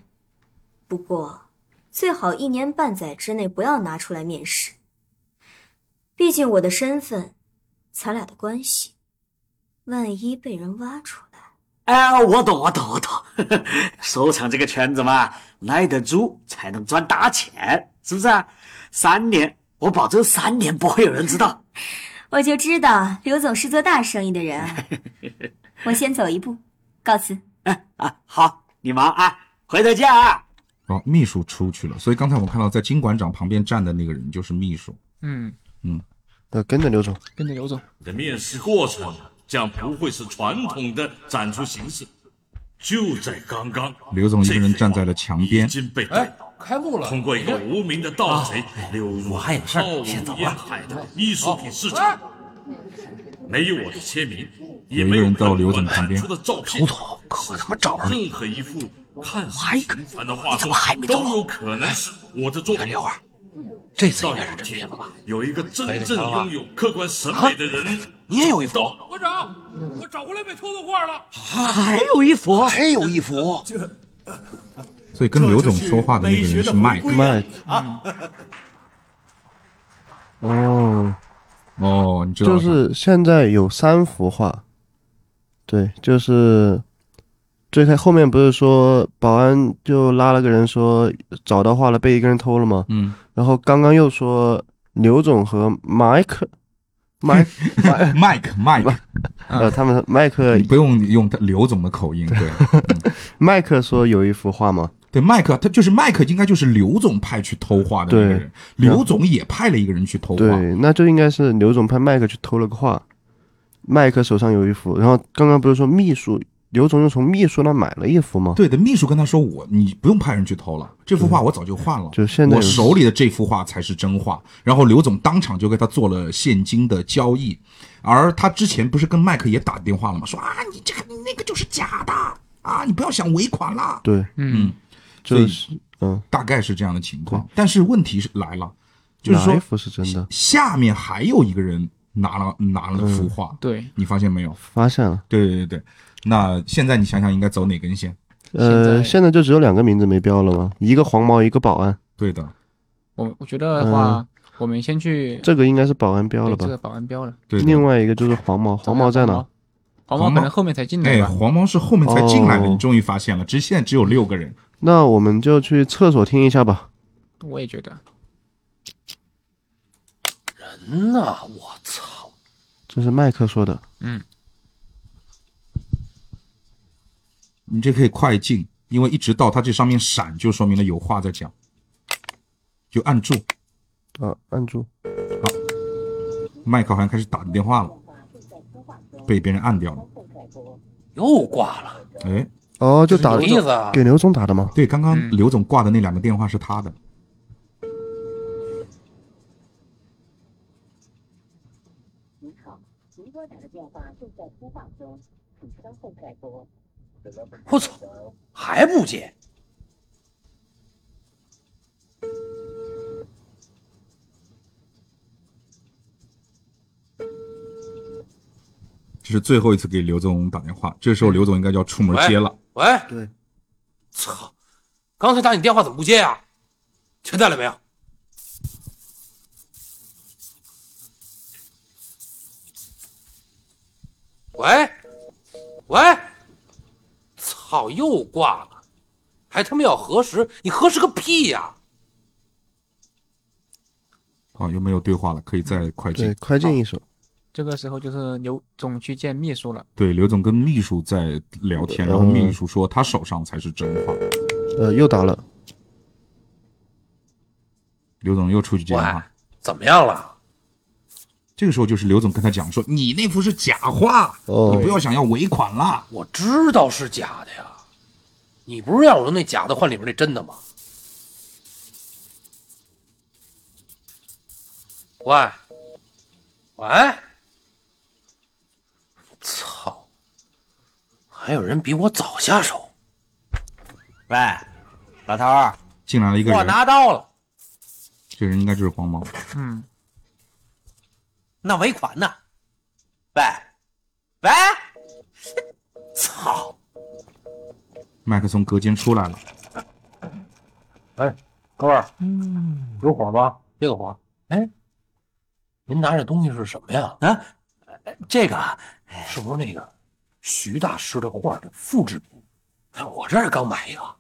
O: 不过，最好一年半载之内不要拿出来面试，毕竟我的身份，咱俩的关系，万一被人挖出来，
J: 哎，我懂，我懂，我 <laughs> 懂。收藏这个圈子嘛，耐得住才能赚大钱，是不是、啊？三年，我保证三年不会有人知道。 <laughs>
O: 我就知道刘总是做大生意的人啊。我先走一步，告辞。
J: 好，你忙啊，回头见啊。
A: 然后秘书出去了，所以刚才我看到在金馆长旁边站的那个人就是秘书。
B: 嗯，
A: 嗯，
D: 呃，跟着刘总。
B: 跟着刘总。
L: 你的面试过程将不会是传统的展出形式。就在刚刚，
A: 刘总一个人站在了墙边。
L: 被逮到，
I: 哎开幕了。
L: 通过一个无名的盗贼溜入
M: 还有事儿
L: 浩
M: 先走
L: 如
M: 了
L: 烟海
I: 哦
L: 的艺术品市
I: 哎
L: 场，没有我的签名，也
A: 有一个
L: 没有
A: 人到刘总旁
L: 展
A: 边
L: 出，的照片。刘总，可他妈找着任何一幅看似平凡的画
C: 你怎
L: 作
C: 么还没找到
L: 都有可能是我的作品。刘儿，
C: 这次
L: 到有一天，有一个真正拥有客观审美的人，
C: 你也有一幅
L: 到
I: 馆长，我找回来被偷偷画了。
C: 还有一幅，还有一幅，
A: 所以跟刘总说话的那个人是麦克。
D: 麦克
I: 啊，
D: 哦，
A: 哦，你知道
D: 就
A: 了
D: 是现在有三幅画，对，就是最开后面不是说保安就拉了个人说找到画了被一个人偷了吗？
A: 嗯，
D: 然后刚刚又说刘总和麦克，麦克
A: 麦克麦克，
D: 呃，他们麦克
A: 嗯你不用用他刘总的口音，
D: <laughs>
A: 对，嗯
D: 麦克说有一幅画吗？
A: 对，麦克他就是麦克，应该就是刘总派去偷画的那个人
D: 对，
A: 刘总也派了一个人去偷画。
D: 对，那就应该是刘总派麦克去偷了个画，麦克手上有一幅，然后刚刚不是说秘书刘总又从秘书那买了一幅吗？
A: 对的，秘书跟他说我你不用派人去偷了，这幅画我早就换了，
D: 就现在
A: 我
D: 有
A: 手里的这幅画才是真画。然后刘总当场就跟他做了现金的交易，而他之前不是跟麦克也打电话了吗？说啊你这个你那个就是假的啊，你不要想尾款啦。
D: 对，
A: 嗯，
D: 就
A: 所
D: 是
A: 以
D: 嗯，
A: 大概是这样的情况。但是问题是来了，就是
D: 哪一
A: 说
D: 幅是真的？
A: 下面还有一个人拿了拿了幅画，
D: 嗯
B: 对
A: 你发现没有？
D: 发现了。
A: 对对对对，那现在你想想应该走哪根线？
D: 呃，现在就只有两个名字没标了吗？一个黄毛，一个保安。
A: 对的，
B: 我我觉得的话，我们先去
D: 嗯这个应该是保安标了
B: 对
D: 吧
B: 这？个保安标了，
D: 另外一个就是黄毛，黄毛在哪？
B: 黄毛可能后面才进来
A: 哎，
B: 吧。
A: 黄毛是后面才进来的，
D: 哦
A: 你终于发现了，只是现在只有六个人。
D: 那我们就去厕所听一下吧。
B: 我也觉得，
G: 人呐，我操！
D: 这是麦克说的。
A: 你这可以快进，因为一直到它这上面闪，就说明了有话在讲，就按住。
D: 啊，按住。
A: 好，麦克好像开始打电话了，被别人按掉了。
G: 又挂了。
A: 哎，
D: 哦，就打
A: 这是有意思啊嗯
D: 给刘总打的吗？
A: 对，刚刚刘总挂的那两个电话是他的。
P: 您好，您拨打的电话正在通话中，请稍后再拨。
G: 我操，还不接？
A: 这是最后一次给刘总打电话，这时候刘总应该就要出门接了。
I: 喂，对，操，刚才打你电话怎么不接呀、全带了没有？喂，喂，操，又挂了，还他妈要核实？你核实个屁呀、
A: 啊，又没有对话了，可以再快进。
D: 对，快进一首。
B: 这个时候就是刘总去见秘书了，
A: 对，刘总跟秘书在聊天，然后
D: 嗯
A: 秘书说他手上才是真话。
D: 呃，又打了。
A: 刘总又出去接电话，
I: 怎么样了？
A: 这个时候就是刘总跟他讲说：“你那幅是假画，
I: 哦
A: 你不要想要尾款了。
I: 我知道是假的呀，你不是让我用那假的换里面那真的吗？喂，喂，操！还有人比我早下手。
M: 喂，老头儿，”
A: 进来了一个
M: 我
A: 人，
M: 拿到了，
A: 这个人应该就是黄毛。
M: 嗯，那尾款呢？喂，喂， <laughs> 操！
A: 麦克从隔间出来了，
I: 哎，哥们儿，嗯有火吗？这个火。哎，您拿这东西是什么呀？啊，这个啊是不是那个徐大师的画的复制品？哎我这儿刚买一个，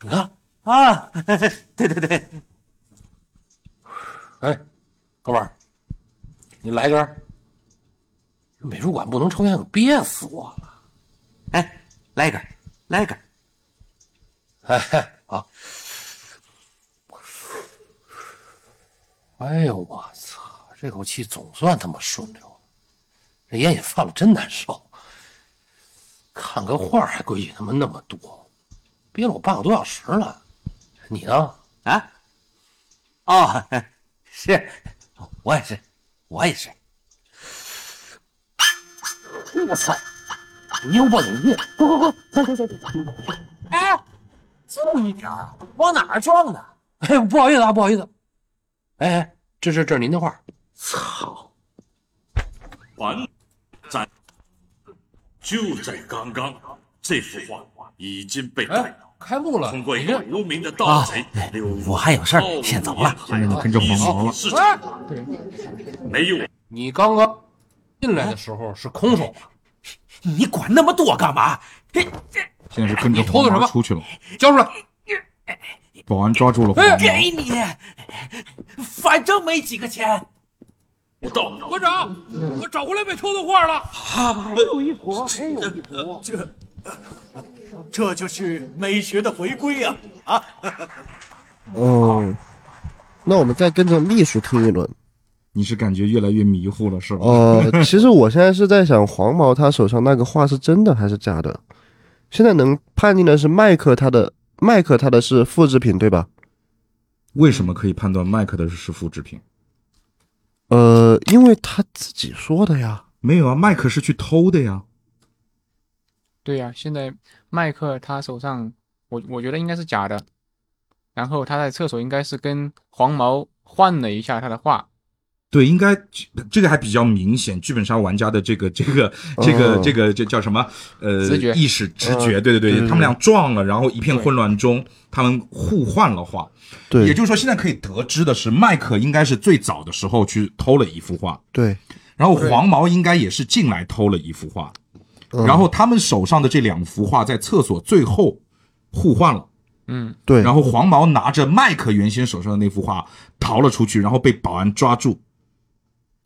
I: 你看啊，对对对。哎，哥们儿，你来根儿。这美术馆不能抽烟，可憋死我了。哎，来一根，来一根。哎，好。哎呦，我操！这口气总算他妈顺溜了，这烟也放了，真难受。看个画儿还规矩他妈那么多，憋了我半个多小时了。你呢？
M: 啊？哦，是，
G: 哦
M: 我也是，我也是。
I: 我操！你又报警去！
P: 滚滚滚！快快快！
I: 哎，注意点儿，往哪儿撞的？哎，不好意思啊，不好意思。哎哎，这是这是您的画儿。操！
L: 完展。就在刚刚，这幅画已经被带到
I: 哎开幕了，
L: 通过一个无名的盗贼刘
M: 啊哎我还有事儿，
L: 哦
M: 先走了。哎
A: 跟着黄毛了。
I: 哎
L: 没有，
I: 你刚刚进来的时候是空手吧？
M: 你管那么多干嘛？
A: 现在是跟着
I: 你偷
A: 黄
I: 的什
A: 毛
I: 么
A: 出去了。
I: 交出来！
A: 保安抓住了黄
I: 哎
A: 毛，
M: 给你，反正没几个钱。
L: 不到。
I: 馆长，我找回来被偷的画了。
Q: 还有一壶，还有一壶，这
K: 啊
Q: 这就是美学的回归呀！啊，
D: 哦，那我们再跟着秘书听一轮。
A: 你是感觉越来越迷糊了是吧？
D: 哦、其实我现在是在想，黄毛他手上那个画是真的还是假的？现在能判定的是麦克他的麦克他的是复制品对吧？
A: <laughs> 为什么可以判断麦克的是复制品？
D: 呃，因为他自己说的呀。
A: 没有啊，麦克是去偷的呀。
B: 对呀、现在麦克他手上，我我觉得应该是假的，然后他在厕所应该是跟黄毛换了一下他的画，
A: 对，应该这个还比较明显，剧本杀玩家的这个这个 <laughs> 这个
B: 哦
A: 这个这叫什么？呃，
B: 直觉
A: 意识、直觉，
B: 呃
A: 对对对，
B: 嗯
A: 他们俩撞了，然后一片混乱中，他们互换了画。
D: 对
A: 也就是说，现在可以得知的是，麦克应该是最早的时候去偷了一幅画，
D: 对，
A: 然后黄毛应该也是进来偷了一幅画，
D: 嗯
A: 然后他们手上的这两幅画在厕所最后互换了。
B: 嗯，
D: 对
A: 然后黄毛拿着麦克原先手上的那幅画逃了出去，然后被保安抓住。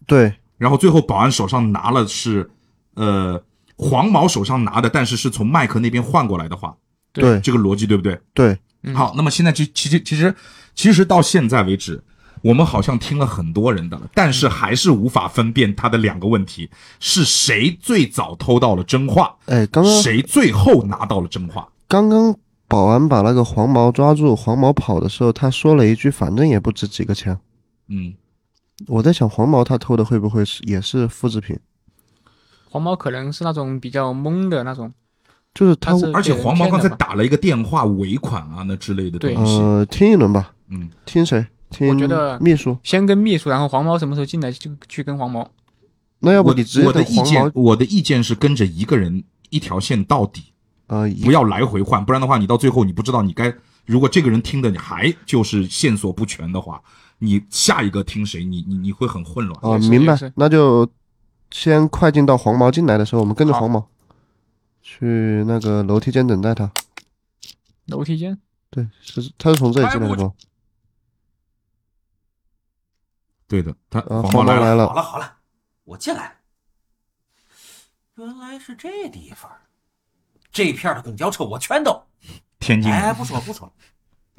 D: 对，
A: 然后最后保安手上拿了是，呃，黄毛手上拿的，但是是从麦克那边换过来的话，
D: 对
A: 这个逻辑对不对？
D: 对，
A: 好，那么现在其其实其实其实到现在为止，我们好像听了很多人的了，但是还是无法分辨他的两个问题是谁最早偷到了真话，
D: 哎，刚刚
A: 谁最后拿到了真话。
D: 刚刚保安把那个黄毛抓住，黄毛跑的时候，他说了一句：“反正也不值几个钱。
A: 嗯，”
D: 我在想，黄毛他偷的会不会是也是复制品？
B: 黄毛可能是那种比较懵的那种，
D: 就是他，
A: 而且黄毛刚才打了一个电话尾款啊，那之类的东西。
D: 呃，听一轮吧。
A: 嗯，
D: 听谁？听
B: 我觉得
D: 秘书。
B: 先跟秘书，然后黄毛什么时候进来就去跟黄毛，
D: 那要不
A: 我
D: 你直接
A: 我的
D: 等
A: 意
D: 黄
A: 见，
D: 毛
A: 我的意见是跟着一个人一条线到底，
D: 呃，
A: 不要来回换，不然的话，你到最后你不知道你该，如果这个人听的你还就是线索不全的话，你下一个听谁，你你你会很混乱。
D: 哦，明白，那就先快进到黄毛进来的时候，我们跟着黄毛去那个楼梯间等待他。
B: 楼梯间，
D: 对，是他是从这里进来的不？
A: 对的，他
D: 啊，
A: 黄
D: 黄
A: 毛
D: 毛
A: 来
D: 来
A: 了
M: 好了好了，我进来了。原来是这地方，这片儿的公交车我全懂。
A: 天津人
M: 哎，不错不错。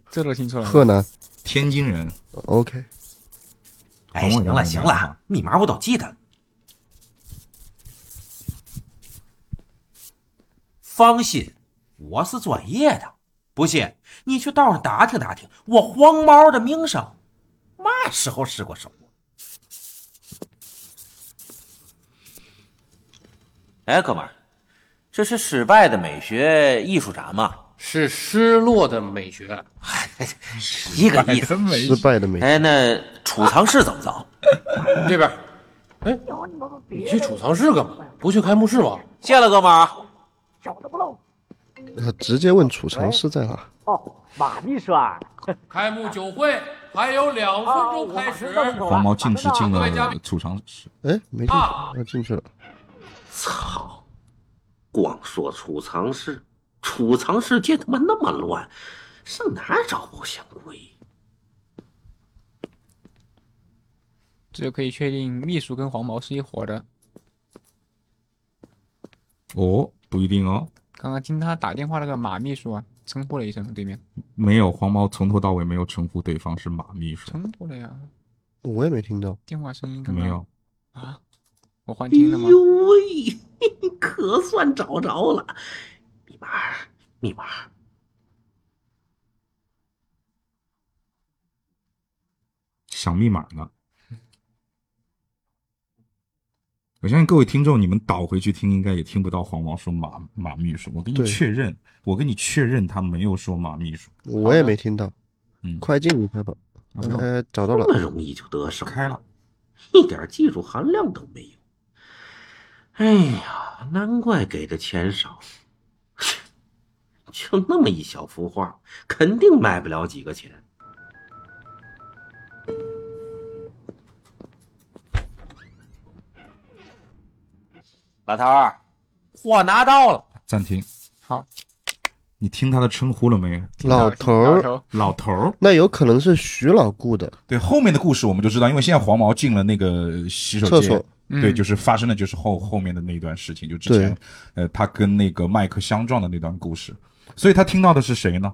B: 这都听出来了。
D: 河南，
A: 天津人。
D: OK，
M: 哎，行了行了，密码我都记得了。放心，我是专业的，不信你去道上打听打听，我黄毛的名声，嘛时候失过手？
R: 哎，哥们儿，这是失败的美学艺术展吗？
N: 是失落的美学，
R: <laughs> 一个意思，
D: 失败的美
R: 哎，那储藏室怎么走？
N: 这边，哎，你去储藏室干嘛？不去开幕式吗？
R: <laughs> 谢了，哥们儿。
D: 他啊直接问储藏室在哪？
N: 哦，马秘书啊， <laughs> 开幕酒会还有两分钟开始。
A: 黄毛径直进了储藏室。
D: 哎，没进去，他进去了。
S: 操！光说储藏室，储藏世界他妈那么乱，上哪儿找保险柜？
B: 这就可以确定秘书跟黄毛是一伙的。
A: 哦，不一定哦，
B: 刚刚听他打电话那个马秘书啊，称呼了一声对面，
A: 没有黄毛从头到尾没有称呼对方是马秘书，
B: 称呼了呀，
D: 我也没听到。
B: 电话声音刚刚
A: 没有。
B: 啊，我幻听了吗
S: 哎？呦喂，可算找着了！密码，密码，
A: 想密码呢。我相信各位听众，你们倒回去听，应该也听不到黄毛说马马秘书。我跟你
D: 对
A: 确认，我跟你确认，他没有说马秘书。
D: 我也没听到。
A: 嗯，
D: 快进一下吧。呃，找到了，
S: 这么容易就得手，开了，一点技术含量都没有。哎呀，难怪给的钱少，就那么一小幅画，肯定卖不了几个钱。
R: 老头儿，货拿到了。
A: 暂停。
B: 好，
A: 你听他的称呼了没？
D: 老头儿，
A: 老头儿。
D: 那有可能是徐老雇的。
A: 对，后面的故事我们就知道，因为现在黄毛进了那个洗手
D: 厕
A: 间，
D: 所
A: 对，
D: 嗯
A: 就是发生的就是后后面的那一段事情，就之前
D: 对，
A: 呃，他跟那个麦克相撞的那段故事，所以他听到的是谁呢？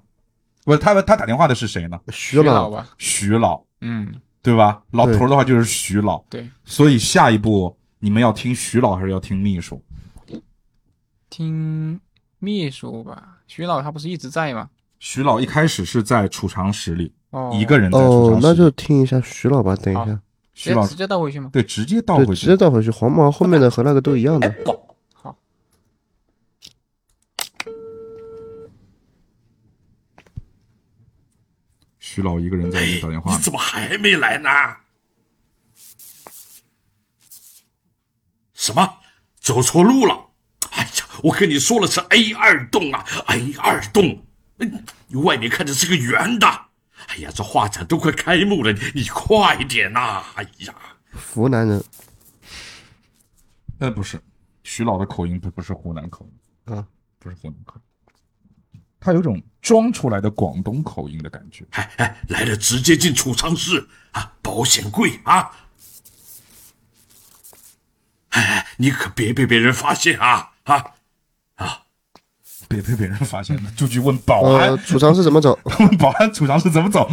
A: 不是他他打电话的是谁呢？
D: 徐老吧，
A: 徐老，
B: 嗯，
A: 对吧？老头儿的话就是徐老，
B: 对，
A: 所以下一步你们要听徐老还是要听秘书？
B: 听秘书吧，徐老他不是一直在吗？
A: 徐老一开始是在储藏室里，
B: 哦
A: 一个人在储
D: 哦
A: 藏，室
D: 那
A: 里，
D: 就听一下徐老吧。等一下，
A: 啊徐老
B: 直接倒回去吗？
A: 对，直接倒
D: 对，
A: 回
D: 直
A: 去，哎
D: 接倒回去。黄毛后面的和那个都一样的。
A: 徐老一个人在那边打电话
L: 哎你
A: 呢。
L: 怎么还没来呢？什么？走错路了？哎呀，我跟你说了是 A 二栋啊，A 二栋，嗯外面看着是个圆的。哎呀，这画展都快开幕了，你快一点呐、哎呀，
D: 湖南人
A: 呃，不是，徐老的口音不不是湖南口音
D: 啊，
A: 不是湖南口音，他有种装出来的广东口音的感觉。
L: 哎哎，来了，直接进储藏室啊，保险柜啊！哎，你可别被别人发现啊啊！
A: 别被别人发现了，就去问保安。
D: 呃，储藏室怎么走？
A: <laughs> 问保安储藏室怎么
D: <laughs>
A: 走？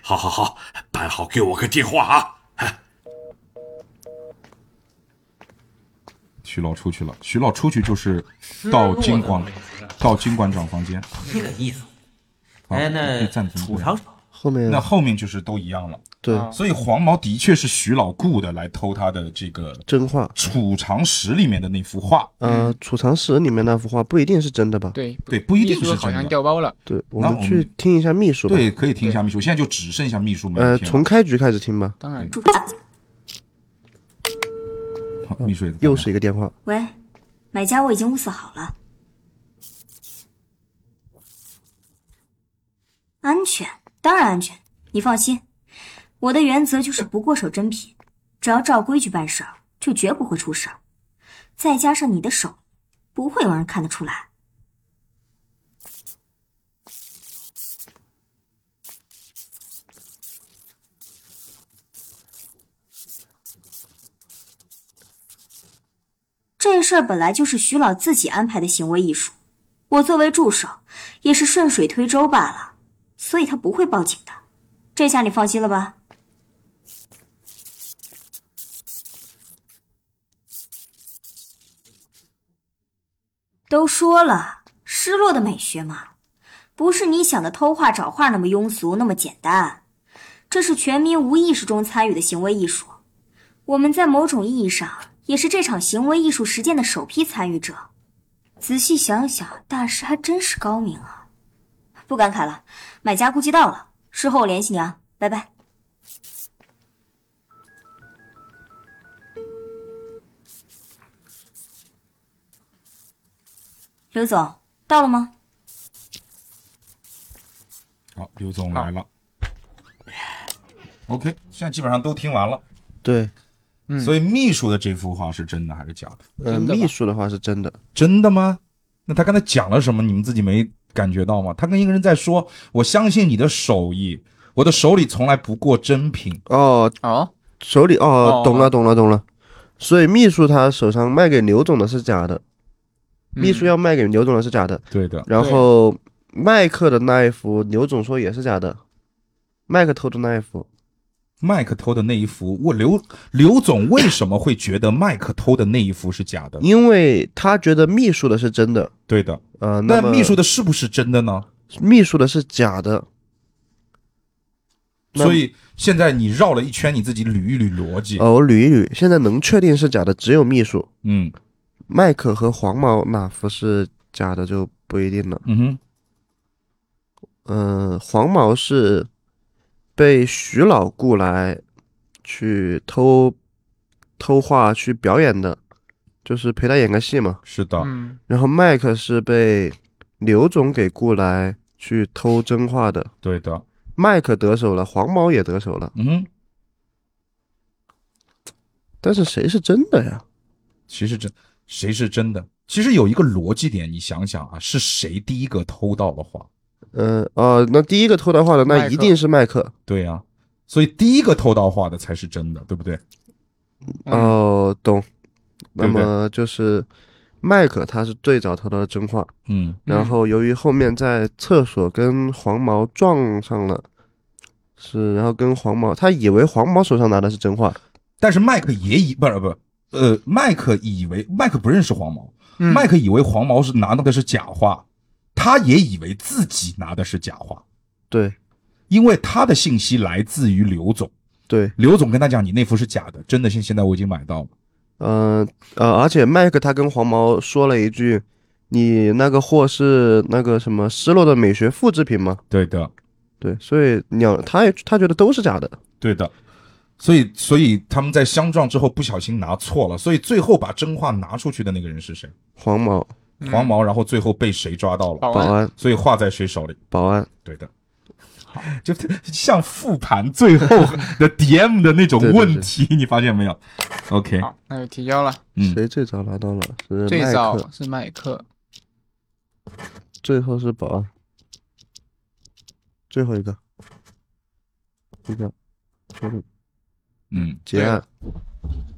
L: 好好好，办好给我个电话啊！
A: 徐老出去了，徐老出去就是到金馆，到金馆长房间。
M: 一个意思。
A: 好
M: 哎，那
A: 暂停一下
M: 储藏室
D: 后面
A: 那后面就是都一样了。
D: 对，
L: 啊
A: 所以黄毛的确是徐老雇的来偷他的这个
D: 真画《
A: 储藏室》里面的那幅画。
D: 呃，储藏室里面那幅画不一定是真的吧？
B: 对
A: 对，不一定
B: 秘
A: 是
B: 书好
A: 真
B: 像
A: 的。
B: 掉包了。
D: 对，我
A: 那
D: 们去听一下秘书吧。
A: 对，可以听一下秘书。现在就只剩下秘书们
D: 呃，
A: 了。
D: 从开局开始听吧。
B: 当然，
A: 秘书
D: 啊又是一个电话。
O: 喂，买家我已经物色好了，安全，当然安全，你放心，我的原则就是不过手真品，只要照规矩办事儿，就绝不会出事儿。再加上你的手，不会有人看得出来。这事儿本来就是徐老自己安排的行为艺术，我作为助手，也是顺水推舟罢了，所以他不会报警的。这下你放心了吧？都说了，失落的美学嘛，不是你想的偷画找画那么庸俗那么简单，这是全民无意识中参与的行为艺术。我们在某种意义上也是这场行为艺术实践的首批参与者。仔细想想，大师还真是高明啊！不感慨了，买家估计到了，事后我联系你啊，拜拜。刘总到了吗？
A: 好，刘总来了。OK，现在基本上都听完了。
D: 对，
A: 所以秘书的这幅画是嗯真的还是假的？
D: 呃，秘书的话是真的。
A: 真的吗？那他刚才讲了什么？你们自己没感觉到吗？他跟一个人在说：“我相信你的手艺，我的手里从来不过真品。”
D: 哦
B: 哦，
D: 手里哦
A: 哦，
D: 懂了，懂了，懂了。所以秘书他手上卖给刘总的是假的，
A: 嗯
D: 秘书要卖给刘总的是假的。
A: 对的。
D: 然后麦克的那一幅，刘总说也是假的，麦克偷的那一幅。
A: 麦克偷的那一幅，我刘刘总为什么会觉得麦克偷的那一幅是假的？
D: 因为他觉得秘书的是真的，
A: 对的，
D: 呃，
A: 那
D: 么
A: 秘书的是不是真的呢？
D: 秘书的是假的，那么
A: 所以现在你绕了一圈，你自己捋一捋逻辑。
D: 哦，我捋一捋，现在能确定是假的只有秘书，
A: 嗯，
D: 麦克和黄毛哪幅是假的就不一定了，
A: 嗯哼，
D: 嗯、黄毛是被徐老雇来去偷偷画去表演的，就是陪他演个戏嘛，
A: 是的，
B: 嗯，
D: 然后麦克是被刘总给雇来去偷真画的，
A: 对的，
D: 麦克得手了，黄毛也得手了，
A: 嗯，
D: 但是谁是真的呀？
A: 谁是真，谁是真的？其实有一个逻辑点，你想想啊，是谁第一个偷到的画？
D: 呃哦，那第一个偷到画的那
A: 麦
D: 一
A: 克
D: 定是麦克。
A: 对呀、所以第一个偷到画的才是真的，对不对？
D: 哦，懂。
A: 嗯
D: 那
A: 对不对
D: 么就是麦克他是最早偷到的真画，
A: 嗯
D: 然后由于后面在厕所跟黄毛撞上了，是，然后跟黄毛，他以为黄毛手上拿的是真画，
A: 但是麦克也以不是不是呃，麦克以为麦克不认识黄毛，
D: 嗯
A: 麦克以为黄毛是拿到的是假画，他也以为自己拿的是假画，
D: 对，
A: 因为他的信息来自于刘总，
D: 对，
A: 刘总跟他讲你那幅是假的，真的现现在我已经买到了，
D: 嗯呃，而且麦克他跟黄毛说了一句：“你那个货是那个什么失落的美学复制品吗？”
A: 对的，
D: 对，所以两他也他觉得都是假的，
A: 对的，所以所以他们在相撞之后不小心拿错了，所以最后把真画拿出去的那个人是谁？
D: 黄毛
A: 黄毛，然后最后被谁抓到了？
D: 嗯保安保安
A: 所以画在谁手里？
D: 保安，
A: 对的。就像复盘最
D: <laughs>
A: 后的 DM 的那种
D: 对对对
A: 问题，你发现没有？OK，
B: 那就哎提交了。
A: 嗯
D: 谁最早拿到了？是
B: 最
D: 麦
B: 早
D: 克，
B: 是麦克，
D: 最后是保安，最后一个，一个，
A: 嗯，
D: 结案。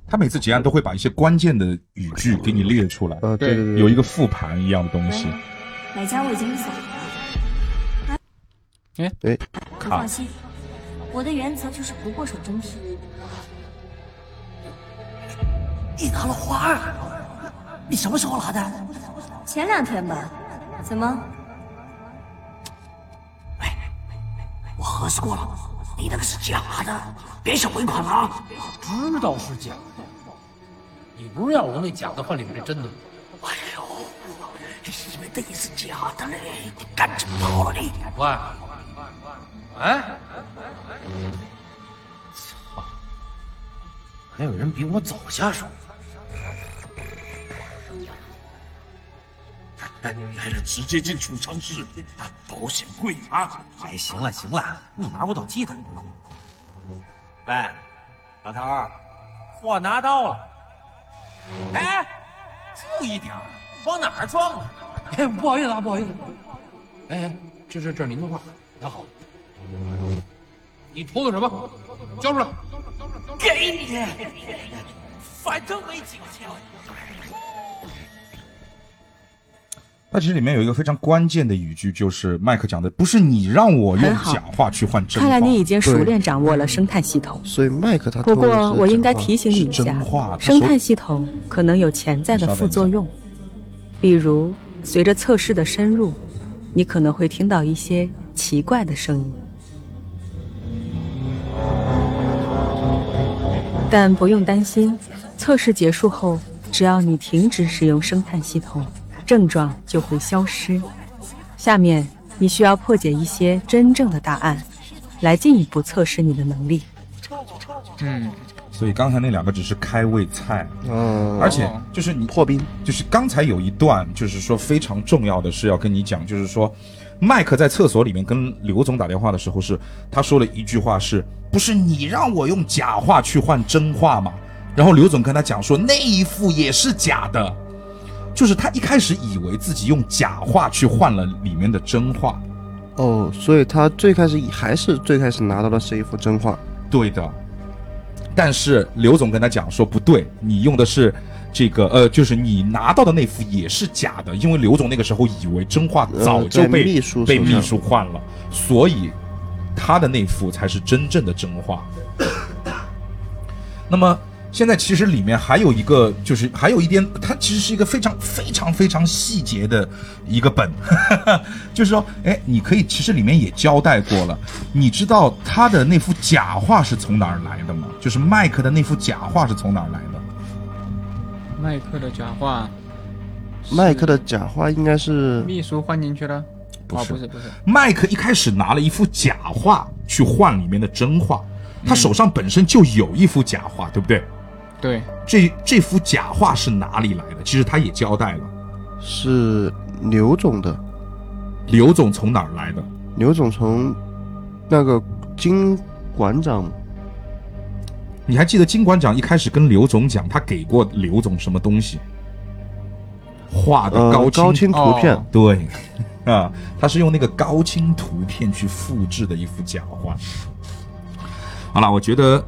A: 他每次结案都会把一些关键的语句给你列出来，
D: 啊对对对
A: 有一个复盘一样的东西。
O: 买家我已经物色好了，
D: 哎，
O: 你
P: 啊
O: 放心，我的原则就是不过手真品。
P: 你拿了花儿，你什么时候拿的？
O: 前两天吧，怎么？
C: 我核实过了，你那个是假的，别想回款了啊！
I: 知道是假的，你不是让我用那假的换里面这真的吗？哎呦，
C: 你们这也是假的嘞，你赶紧跑了你！
I: 喂，喂，哎操！还有人比我早下手。
L: 哎直接进储藏室，保险柜啊！
M: 哎，行了行了，密码我都记得。
J: 喂，老头儿，货拿到了。
I: 哎，
M: 就一点儿，往哪儿撞啊？
I: 哎，不好意思啊，不好意思。哎哎，这这这是您的话，拿好。你图图什么？交出来！
M: 给你，反正没几个钱。
A: 它其实里面有一个非常关键的语句，就是麦克讲的，不是你让我用
E: 很好
A: 假话去换真话。
E: 看来你已经熟练掌握了生态系统。
D: 所以麦克他
E: 不
D: 偷的
E: 过
D: 是
E: 我应该
D: 假话
E: 提醒你一
D: 是真
E: 下
D: 话他，
E: 生
D: 说
E: 态系统可能有潜在的副作用，比如随着测试的深入，你可能会听到一些奇怪的声音。但不用担心，测试结束后，只要你停止使用生态系统，症状就会消失。下面你需要破解一些真正的答案，来进一步测试你的能力。
B: 嗯，
A: 所以刚才那两个只是开胃菜，
D: 嗯
A: 而且就是你破冰，就是刚才有一段就是说非常重要的是要跟你讲，就是说麦克在厕所里面跟刘总打电话的时候是他说了一句话是，不是你让我用假话去换真话吗？然后刘总跟他讲说那一副也是假的，就是他一开始以为自己用假话去换了里面的真话，
D: 哦，所以他最开始还是最开始拿到的是一幅真画。
A: 对的，但是刘总跟他讲说不对，你用的是这个呃，就是你拿到的那幅也是假的，因为刘总那个时候以为真话早就被、
D: 呃在秘书手
A: 被
D: 上
A: 秘书换了，所以他的那幅才是真正的真话。那么现在其实里面还有一个，就是还有一点，它其实是一个非常非常非常细节的一个本， <laughs> 就是说，哎，你可以其实里面也交代过了，你知道他的那幅假画是从哪儿来的吗？就是麦克的那幅假画是从哪儿来的？
B: 麦克的假话，
D: 麦克的假画应该是
B: 秘书换进去了。
A: 不
B: 哦
A: 是
B: 不是不是，
A: 麦克一开始拿了一幅假画去换里面的真画，
D: 嗯
A: 他手上本身就有一幅假画，对不对？
B: 对，
A: 这这幅假画是哪里来的？其实他也交代了，
D: 是刘总的。
A: 刘总从哪儿来的？
D: 刘总从那个金馆长
A: 你还记得金馆长一开始跟刘总讲，他给过刘总什么东西？画的
D: 呃
A: 高
D: 高清图片哦
A: 对， <laughs> 啊，他是用那个高清图片去复制的一幅假画。好了，我觉得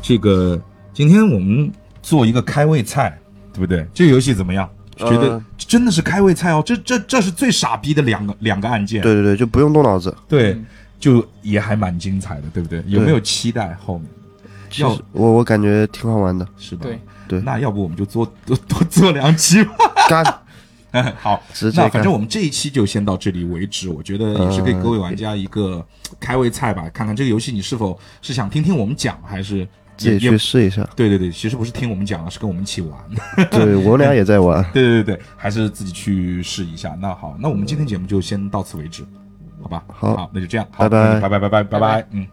A: 这个今天我们做一个开胃菜，对不对？这个游戏怎么样？觉得
D: 呃
A: 真的是开胃菜哦，这这这是最傻逼的两个两个案件。
D: 对对对，就不用动脑子。
A: 对，就也还蛮精彩的，对不对？有没有期待后面？
D: 其
A: 要
D: 实我我感觉挺好玩的。
A: 是吧？
B: 对
D: 对，
A: 那要不我们就做 <laughs> 多多做两期吧。 <laughs> 干， <laughs> 好，
D: 直接
A: 那
D: 干
A: 反正我们这一期就先到这里为止。我觉得也是给各位玩家一个开胃菜吧，看看这个游戏你是否是想听听我们讲，还是
D: 自己
A: 也
D: 去试一下。
A: 对对对，其实不是听我们讲了，是跟我们一起玩。 <laughs>
D: 对我俩也在玩。
A: 对对对对，还是自己去试一下。那好，那我们今天节目就先到此为止，好吧？
D: 好
A: 好，那就这样，好
D: 拜
A: 拜
D: 拜
A: 拜拜拜拜拜，嗯。